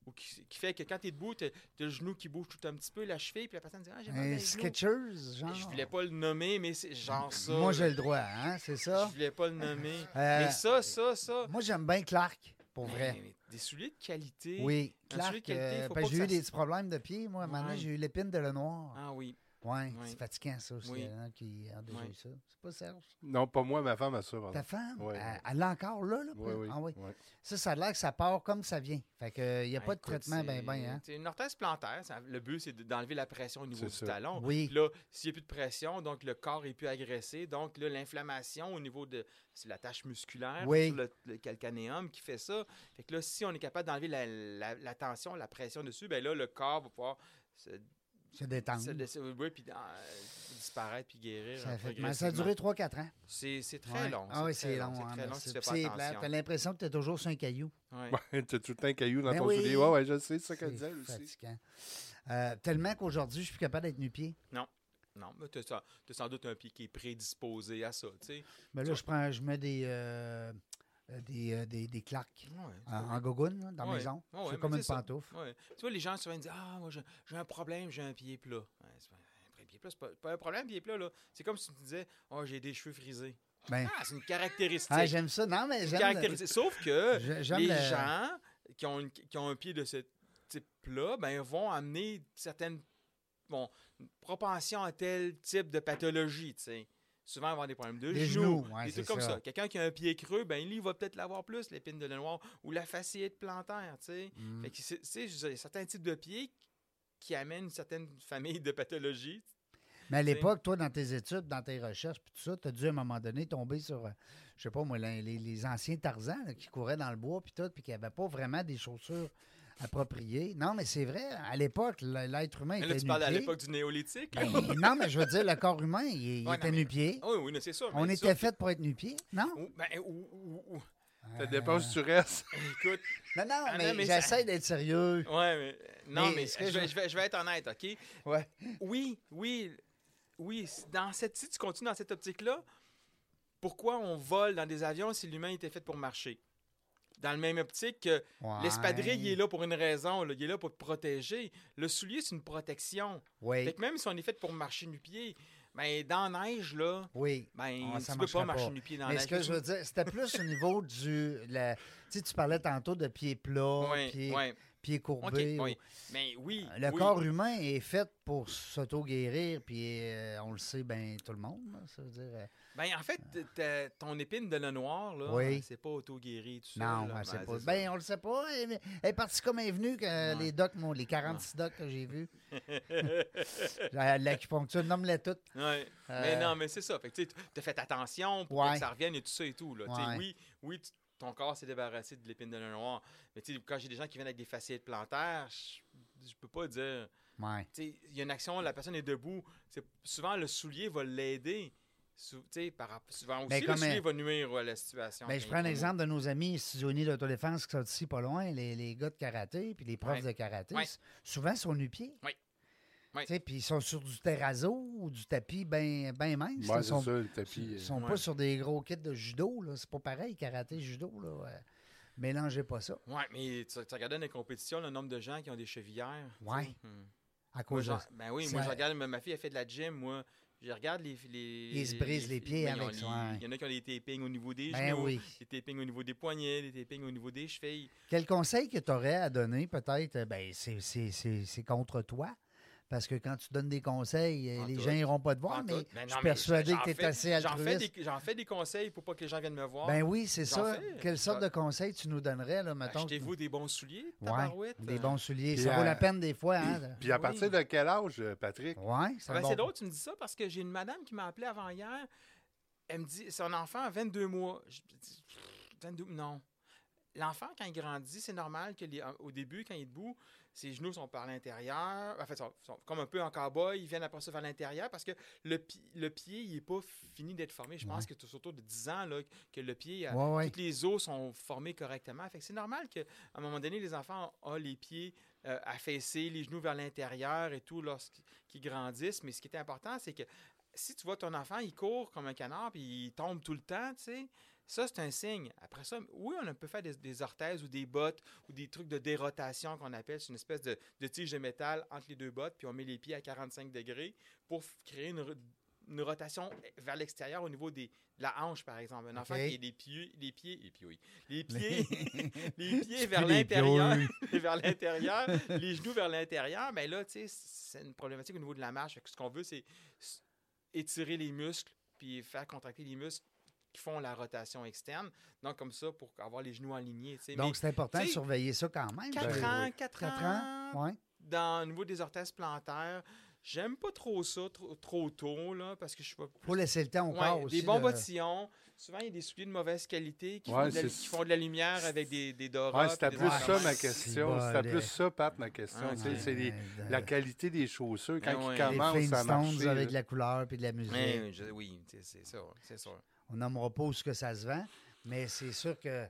S3: ou qui, qui fait que quand t'es debout, t'as t'as le genou qui bouge tout un petit peu, la cheville, puis la personne dit Ah, j'ai mal dans
S2: Un
S3: les genoux.
S2: Skechers, genre. Ben,
S3: Je voulais pas le nommer, mais c'est genre ça.
S2: Moi,
S3: là.
S2: j'ai le droit, hein, c'est ça?
S3: Je voulais pas le nommer.
S2: Euh,
S3: mais ça, ça, ça.
S2: Moi, j'aime bien Clark, pour
S3: Mais-
S2: vrai.
S3: mais des souliers de qualité.
S2: Oui,
S3: Un
S2: Clark,
S3: soulier de Ben qualité,
S2: euh,
S3: faut
S2: parce que
S3: pas
S2: j'ai eu
S3: que ça
S2: des petits problèmes de pied, moi. À un moment donné,
S3: Ouais.
S2: j'ai eu l'épine de Lenoir.
S3: Ah oui.
S2: Ouais,
S3: Oui.
S2: c'est fatigant ça aussi.
S3: Oui.
S2: Il y en a qui ont déjà
S3: Oui.
S2: eu ça. C'est pas Serge.
S4: Non, pas moi, ma femme a ça.
S3: Ah.
S4: pardon.
S2: Ta femme,
S4: Oui.
S2: elle- elle l'a encore là, là.
S4: Oui, oui,
S2: Ah oui.
S4: oui.
S2: Ça, ça a l'air que ça part comme ça vient. Fait que il n'y a pas de traitement ben ben, hein.
S3: C'est une orthèse plantaire. ça- le but, c'est de- d'enlever la pression au niveau du
S4: C'est ça.
S3: talon.
S2: Oui.
S3: Puis là, s'il n'y a plus de pression, donc le corps est plus agressé. Donc là, l'inflammation au niveau de c'est la tâche musculaire,
S2: Oui.
S3: sur le, le calcanéum qui fait ça. Fait que là, si on est capable d'enlever la, la- la tension, la pression dessus, ben là, le corps va pouvoir se
S2: Se détendre.
S3: Ça, laisse- oui, puis euh, disparaître puis guérir.
S2: Ça,
S3: hein,
S2: a fait mal. ça a duré 3-4 ans.
S3: C'est c'est très
S2: Ouais.
S3: long.
S2: Ah
S3: très
S2: oui, c'est long. hein,
S3: C'est très long
S2: merci.
S3: si tu fais
S2: Puis c'est hein.
S3: pas
S2: plat. T'as
S3: attention.
S2: l'impression que t'es toujours sur un caillou.
S3: Ouais.
S4: Ouais, T'as tout le temps un caillou dans
S2: Ben
S4: ton
S2: oui.
S4: soulier. Ouais, ouais, je sais, c'est ça qu'elle
S2: C'est
S4: disait aussi.
S2: fatigant. Euh, tellement qu'aujourd'hui, je suis plus capable d'être nu-pied.
S3: Non, non, mais t'as sans- t'as sans doute un pied qui est prédisposé à ça, tu sais.
S2: Mais là, je prends, je mets des, euh, euh, des, euh, des, des claques
S3: Ouais,
S2: Ah, en, en gogoune, là, dans la
S3: Ouais.
S2: maison.
S3: Ouais, ouais,
S2: c'est
S3: mais
S2: comme une
S3: c'est ça.
S2: pantoufle.
S3: Ouais. Tu vois, les gens souvent ils disent Ah, moi, j'ai j'ai un problème, j'ai un pied plat. Ouais, c'est pas un pied plat, c'est pas, pas un problème, pied plat, là. C'est comme si tu me disais Oh, j'ai des cheveux frisés.
S2: Ben,
S3: Ah, c'est une caractéristique.
S2: ah, j'aime ça. Non, mais
S3: Une
S2: j'aime.
S3: caractéristique. Sauf que
S2: Je- j'aime
S3: les
S2: le-
S3: gens qui ont, une- qui ont un pied de ce type-là, ben, vont amener certaines bon, une propension à tel type de pathologie, tu sais. Souvent, ils vont avoir des problèmes de
S2: Des
S3: genoux,
S2: genoux, ouais,
S3: des
S2: c'est
S3: trucs comme
S2: ça.
S3: ça. Quelqu'un qui a un pied creux, ben lui, il va peut-être l'avoir plus, l'épine de noir ou la fasciite plantaire, tu sais.
S2: Mm.
S3: Fait que c'est- c'est- je veux dire, il y a certains types de pieds qui amènent une certaine famille de pathologies.
S2: Mais à
S3: sais.
S2: l'époque, toi, dans tes études, dans tes recherches, puis tout ça, tu as dû à un moment donné tomber sur, euh, je sais pas moi, les, les- les anciens Tarzans là, qui couraient dans le bois, puis tout, puis qui n'avaient pas vraiment des chaussures appropriées. Non, mais c'est vrai, à l'époque, le- l'être humain
S3: Mais
S2: était
S3: là, tu parles à
S2: nu-pied.
S3: l'époque du néolithique. là.
S2: Ben, non, mais je veux dire, le corps humain, il,
S3: Ouais,
S2: il
S3: non,
S2: était
S3: mais-
S2: nu-pied.
S3: Oui, oui, non, c'est sûr.
S2: On
S3: mais
S2: était
S3: ça-
S2: fait pour être nu-pied, non?
S3: Ou- ben, ou- ou- ou-
S4: Ça dépend où tu restes.
S2: Euh,
S3: écoute,
S2: Non, non,
S3: Ah, non,
S2: mais,
S3: mais ça-
S2: j'essaie d'être sérieux.
S3: Ouais, mais, non,
S2: Mais
S3: mais,
S2: est-ce
S3: je,
S2: que je-
S3: vais, je vais- je vais être honnête, OK?
S2: Ouais.
S3: Oui, oui, oui. c- Dans cette, si tu continues dans cette optique-là, pourquoi on vole dans des avions si l'humain était fait pour marcher? Dans la même optique que
S2: Ouais.
S3: l'espadrille, il est là pour une raison, là, il est là pour te protéger. Le soulier, c'est une protection.
S2: Oui.
S3: Fait que même si on est fait pour marcher du pied, Ben, dans la neige, là,
S2: Oui.
S3: ben,
S2: Ah,
S3: tu peux
S2: marcherait
S3: pas marcher nu-pied dans la
S2: Mais
S3: neige.
S2: ce que je veux dire, c'était plus au niveau du. la- Tu sais, tu parlais tantôt de pieds plats,
S3: Oui,
S2: pieds,
S3: oui.
S2: pieds
S3: OK,
S2: courbés. ou-
S3: oui. Mais oui.
S2: Le
S3: oui.
S2: corps humain est fait pour s'auto-guérir, puis euh, on le sait, ben tout le monde. là, ça veut dire, euh,
S3: Ben, en fait, ta- ton épine de le noir, là,
S2: Oui.
S3: elle s'est pas auto-guérie, tout
S2: non,
S3: ça.
S2: ben, c'est pas. Ben, on le sait pas. Elle, elle est partie comme elle est venue, que euh, les docs, m'ont- les 46 docs que j'ai vus. La- L'acupuncture, nomme-les toutes.
S3: Mais
S2: Euh,
S3: non, mais c'est ça. Fait que, tu as fait attention pour pas
S2: Ouais.
S3: que ça revienne et tout ça et tout. Là. Tu sais,
S2: Ouais.
S3: Oui, oui tu- ton corps s'est débarrassé de l'épine de le noir. Mais tu sais, quand j'ai des gens qui viennent avec des facettes plantaires, je je peux pas dire.
S2: Euh, Ouais.
S3: Tu sais, Il y a une action, la personne est debout. C'est- Souvent, le soulier va l'aider. Sou- tu sais, par, rapp- souvent
S2: Ben,
S3: aussi, le
S2: comme,
S3: soulier
S2: euh,
S3: va nuire à la situation. Hum.
S2: Ben, je prends l'exemple de nos amis Unies d'autodéfense qui sont ici pas loin, les, les gars de karaté, puis les profs
S3: Ouais.
S2: de karaté,
S3: Ouais.
S2: s- souvent sont nu-pieds.
S3: Oui. Oui.
S2: Tu sais, Puis ils sont sur du terrazzo ou du tapis bien ben mince.
S4: Ouais,
S2: là,
S4: c'est
S2: ils sont,
S4: ça, le tapis.
S2: ils
S4: euh,
S2: sont pas
S3: Ouais.
S2: sur des gros kits de judo. là. C'est pas pareil, karaté, judo. Là. euh, Mélangez pas ça.
S3: Oui, mais tu, tu regardes dans les compétitions le nombre de gens qui ont des chevillères.
S2: Ouais.
S3: Hum.
S2: À
S3: Moi,
S2: cause de
S3: j'en- ben oui, moi,
S2: ça-
S3: je regarde, ma ma fille, elle fait de la gym, moi. Je regarde les. les
S2: Ils se brisent les pieds
S3: ben, ils ont
S2: avec
S3: les-
S2: ça, ouais.
S3: Il y en a qui ont des tapings au niveau des
S2: Ben
S3: genoux,
S2: oui.
S3: des tapings au niveau des poignets, des tapings au niveau des chevilles.
S2: Quel conseil que tu aurais à donner, peut-être, euh, ben, c'est- c'est c'est- c'est contre toi. Parce que quand tu donnes des conseils, euh,
S3: En
S2: les
S3: tout.
S2: gens n'iront pas te voir,
S3: Pantoute.
S2: mais
S3: Ben non,
S2: je suis
S3: mais
S2: persuadé
S3: j'en
S2: que tu es
S3: fais-
S2: assez
S3: j'en
S2: altruiste.
S3: fais, des, j'en fais des conseils pour pas que les gens viennent me voir.
S2: Ben oui, c'est
S3: Ah, J'en
S2: ça.
S3: fais.
S2: Quelle sorte
S3: Ça-
S2: de conseils tu nous donnerais, là, mettons?
S3: Achetez-vous des euh. bons souliers,
S2: Ouais,
S3: tabarouette.
S2: des bons souliers.
S4: Puis euh,
S2: Ça vaut
S4: à-
S2: la peine des fois, hein? de-
S4: Puis à
S3: Oui.
S4: partir de quel âge, euh, Patrick?
S2: Ouais, ça
S3: Ben,
S2: bon.
S3: C'est drôle, tu me dis ça parce que j'ai une madame qui m'a appelé avant hier. Elle me dit son enfant a 22 mois. Je me dis, 22, non. L'enfant, quand il grandit, c'est normal que les- au début, quand il est debout, ses genoux sont par l'intérieur. En fait, sont, sont comme un peu en cowboy, ils viennent après ça vers l'intérieur parce que le, pi- le pied, il n'est pas fini d'être formé. Je pense que c'est autour de 10 ans là, que le pied, euh, a-
S2: Ouais, ouais.
S3: toutes les os sont formés correctement. Fait que c'est normal qu'à un moment donné, les enfants ont les pieds euh, affaissés, les genoux vers l'intérieur et tout lorsqu'ils grandissent. Mais ce qui est important, c'est que si tu vois ton enfant, il court comme un canard puis il tombe tout le temps, tu sais, ça, c'est un signe. Après ça, oui, on peut faire des, des orthèses ou des bottes ou des trucs de dérotation qu'on appelle. C'est une espèce de, de tige de métal entre les deux bottes, puis on met les pieds à 45 degrés pour f- créer une, ro- une rotation vers l'extérieur au niveau des, de la hanche, par exemple. Un enfant
S2: Ok.
S3: qui a les pieds, les pieds, les pieds, oui. les pieds, les
S2: fais
S3: pieds vers
S2: les
S3: l'intérieur, vers l'intérieur, les genoux vers l'intérieur, mais là, tu sais, c'est une problématique au niveau de la marche. Fait que ce qu'on veut, c'est s- étirer les muscles, puis faire contracter les muscles qui font la rotation externe. Donc, comme ça, pour avoir les genoux alignés. tu sais.
S2: Donc, c'est important de
S3: tu sais,
S2: surveiller ça quand même.
S3: Mais 4
S2: Ben,
S3: ans,
S2: oui.
S3: 4
S2: Quatre ans,
S3: ans,
S2: ouais.
S3: dans, au niveau des orthèses plantaires, j'aime pas trop ça, trop, trop tôt, là, parce que je suis pas
S2: Faut laisser le temps au
S3: Ouais,
S2: corps aussi.
S3: des bons
S2: de-
S3: bottillons. Souvent, il y a des souliers de mauvaise qualité qui,
S4: Ouais,
S3: font, de la,
S4: c'est-
S3: qui font de la lumière avec des, des dorades.
S4: Ouais, c'était
S3: puis des
S4: plus
S3: affaires
S4: ça
S3: de
S4: ma
S3: même.
S2: c'est
S4: question.
S2: bon,
S4: C'était
S2: les-
S4: plus ça, Pat, ma question.
S3: Ah,
S4: Tu sais,
S3: ouais.
S4: c'est les-
S2: Ouais,
S4: la
S2: de-
S4: qualité des chaussures quand
S3: Ah, ouais.
S4: ils
S3: Les
S2: Les
S4: commencent à
S2: Flintstones
S4: marcher.
S2: avec de
S4: là.
S2: la couleur puis de la musique.
S3: Ouais, je- oui, c'est- c'est ça, c'est ça.
S2: On nommera pas où ce que ça se vend, mais c'est sûr que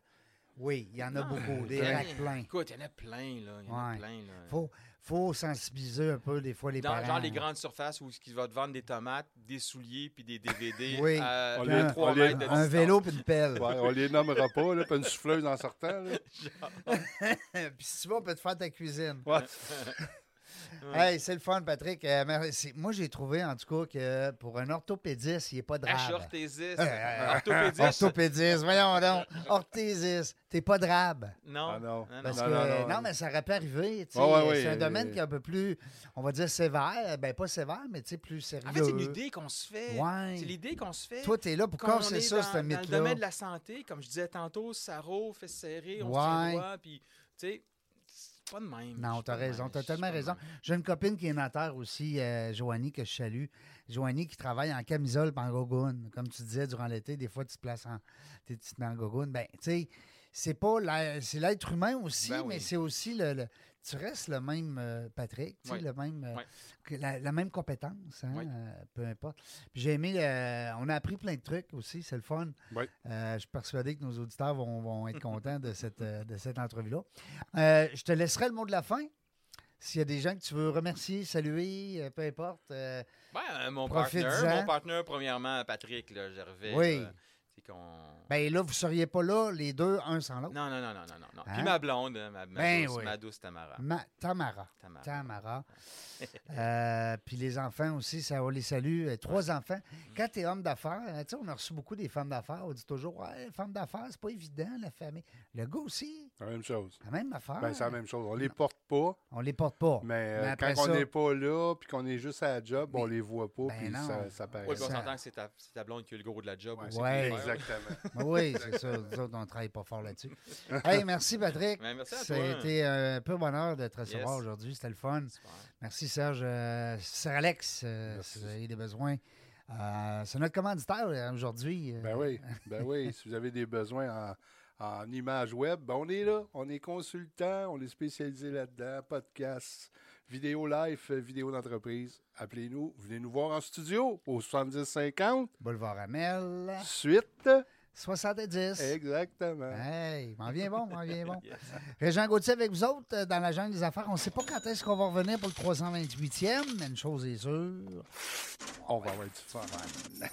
S2: oui, il y en a
S3: Non,
S2: beaucoup, des
S3: ben,
S2: racks pleins.
S3: Écoute, il y en a plein, là. Il y en a
S2: Ouais.
S3: plein, là.
S2: Faut, faut sensibiliser un peu des fois les
S3: Dans,
S2: parents.
S3: genre les grandes surfaces où ils vont te vendre des tomates, des souliers puis des DVD
S2: Oui.
S3: à
S4: On
S3: deux,
S4: les-
S3: trois
S4: on les-
S3: mètres de
S2: Un
S3: distance.
S2: vélo puis une pelle.
S4: Ouais, on les nommera pas, là, pas une souffleuse en sortant. là.
S2: Euh, Puis si tu vas, on peut te faire ta cuisine.
S4: Ouais.
S2: Hey, c'est le fun, Patrick. Euh, merci. Moi, j'ai trouvé, en tout cas, que pour un orthopédiste, il n'est pas drabe.
S3: Achorthésiste,
S2: Euh, euh,
S3: orthopédiste.
S2: Orthopédiste, voyons donc. Orthésiste, t'es pas drabe.
S3: Non,
S4: Ah non.
S3: ah non.
S2: Parce
S4: Non,
S2: que,
S4: non,
S2: non,
S4: non, non.
S2: mais ça aurait pu arriver. tu sais.
S4: Ouais, ouais, ouais,
S2: c'est un
S4: euh,
S2: domaine qui est un peu plus, on va dire, sévère. Ben, pas sévère, mais tu sais, plus sérieux.
S3: En fait, c'est une idée qu'on se fait.
S2: Ouais.
S3: C'est l'idée qu'on se fait.
S2: Toi, t'es là pour
S3: Quand on
S2: casser
S3: est
S2: ça,
S3: dans,
S2: ce
S3: dans le domaine
S2: mythe-là.
S3: de la santé, comme je disais tantôt, sarro, fait serré, on
S2: Ouais.
S3: se tient droit, puis, tu sais, c'est pas de même. Je
S2: Non,
S3: suis
S2: t'as
S3: pas de
S2: raison,
S3: même,
S2: t'as
S3: je suis pas
S2: tellement
S3: de
S2: raison.
S3: même.
S2: J'ai une copine qui est notaire aussi, euh, Joanie, que je salue. Joanie qui travaille en camisole pis en gogoune. Comme tu disais, durant l'été, des fois, tu te places en, t'es tu te mets en gogoune. Ben, tu sais, c'est pas la- c'est l'être humain aussi,
S3: Ben oui.
S2: mais c'est aussi le, le- Tu restes le même, euh, Patrick, tu sais,
S3: Ouais.
S2: le même, euh,
S3: Ouais.
S2: que la, la même compétence, hein,
S3: Ouais.
S2: euh, peu importe. Puis j'ai aimé, euh, on a appris plein de trucs aussi, c'est le fun.
S4: Ouais.
S2: Euh, je suis persuadé que nos auditeurs vont, vont être contents de cette, euh, de cette entrevue-là. Euh, je te laisserai le mot de la fin. S'il y a des gens que tu veux remercier, saluer, euh, peu importe. euh,
S3: Ben, euh, mon
S2: Profites-en.
S3: partenaire, mon partenaire, premièrement, Patrick, là, Gervais.
S2: Oui.
S3: là, c'est qu'on...
S2: ben là, vous ne seriez pas là, les deux, un sans l'autre.
S3: Non, non, non, non, non, non. non.
S2: Ben, Hein?
S3: Puis ma blonde, hein, ma, ma
S2: Ben
S3: douce,
S2: oui.
S3: ma douce Tamara.
S2: Ma- Tamara.
S3: Tamara.
S2: Tamara. Euh, puis les enfants aussi, ça, on les salue. Euh, Trois enfants. Quand tu es homme d'affaires, hein, tu sais, on a reçu beaucoup des femmes d'affaires. On dit toujours, ouais, femme d'affaires, c'est pas évident, la famille. Le gars aussi,
S4: C'est la même chose.
S2: la même affaire.
S4: Ben, c'est la même chose. On les porte pas,
S2: On les porte pas.
S4: mais, euh,
S2: après
S4: quand on
S2: ça,
S4: n'est pas là, puis qu'on est juste à la job, on les voit pas,
S2: Ben
S4: puis
S2: non.
S4: ça, ça paraît.
S3: Oui, puis on
S2: Ça-
S3: s'entend que c'est ta, c'est ta blonde qui a eu le gros de la job aussi.
S2: Ouais.
S3: pour le faire.
S4: Exactement.
S2: Ben Oui, c'est ça. Nous autres, on travaille pas fort là-dessus. Hey, merci, Patrick.
S3: Ben, merci à
S2: Ça
S3: toi.
S2: a été euh, un peu bonheur de te recevoir
S3: Yes.
S2: aujourd'hui. C'était le fun. Merci, Serge. Euh, Sir Alex, euh, si vous avez des besoins. Euh, c'est notre commanditaire euh, aujourd'hui. Euh,
S4: Ben oui, ben oui. si vous avez des besoins en, en images web, ben on est là. On est consultant, on est spécialisé là-dedans. Podcast, vidéo live, euh, vidéo d'entreprise. Appelez-nous, venez nous voir en studio au 7050.
S2: Boulevard Amel,
S4: Suite,
S2: 70.
S4: exactement.
S2: Hein? Hey, m'en vient bon, m'en vient bon. Régent Gauthier avec vous autres euh, dans la jungle des affaires. On ne sait pas quand est-ce qu'on va revenir pour le 328e, mais une chose est sûre.
S4: On va avoir du fun.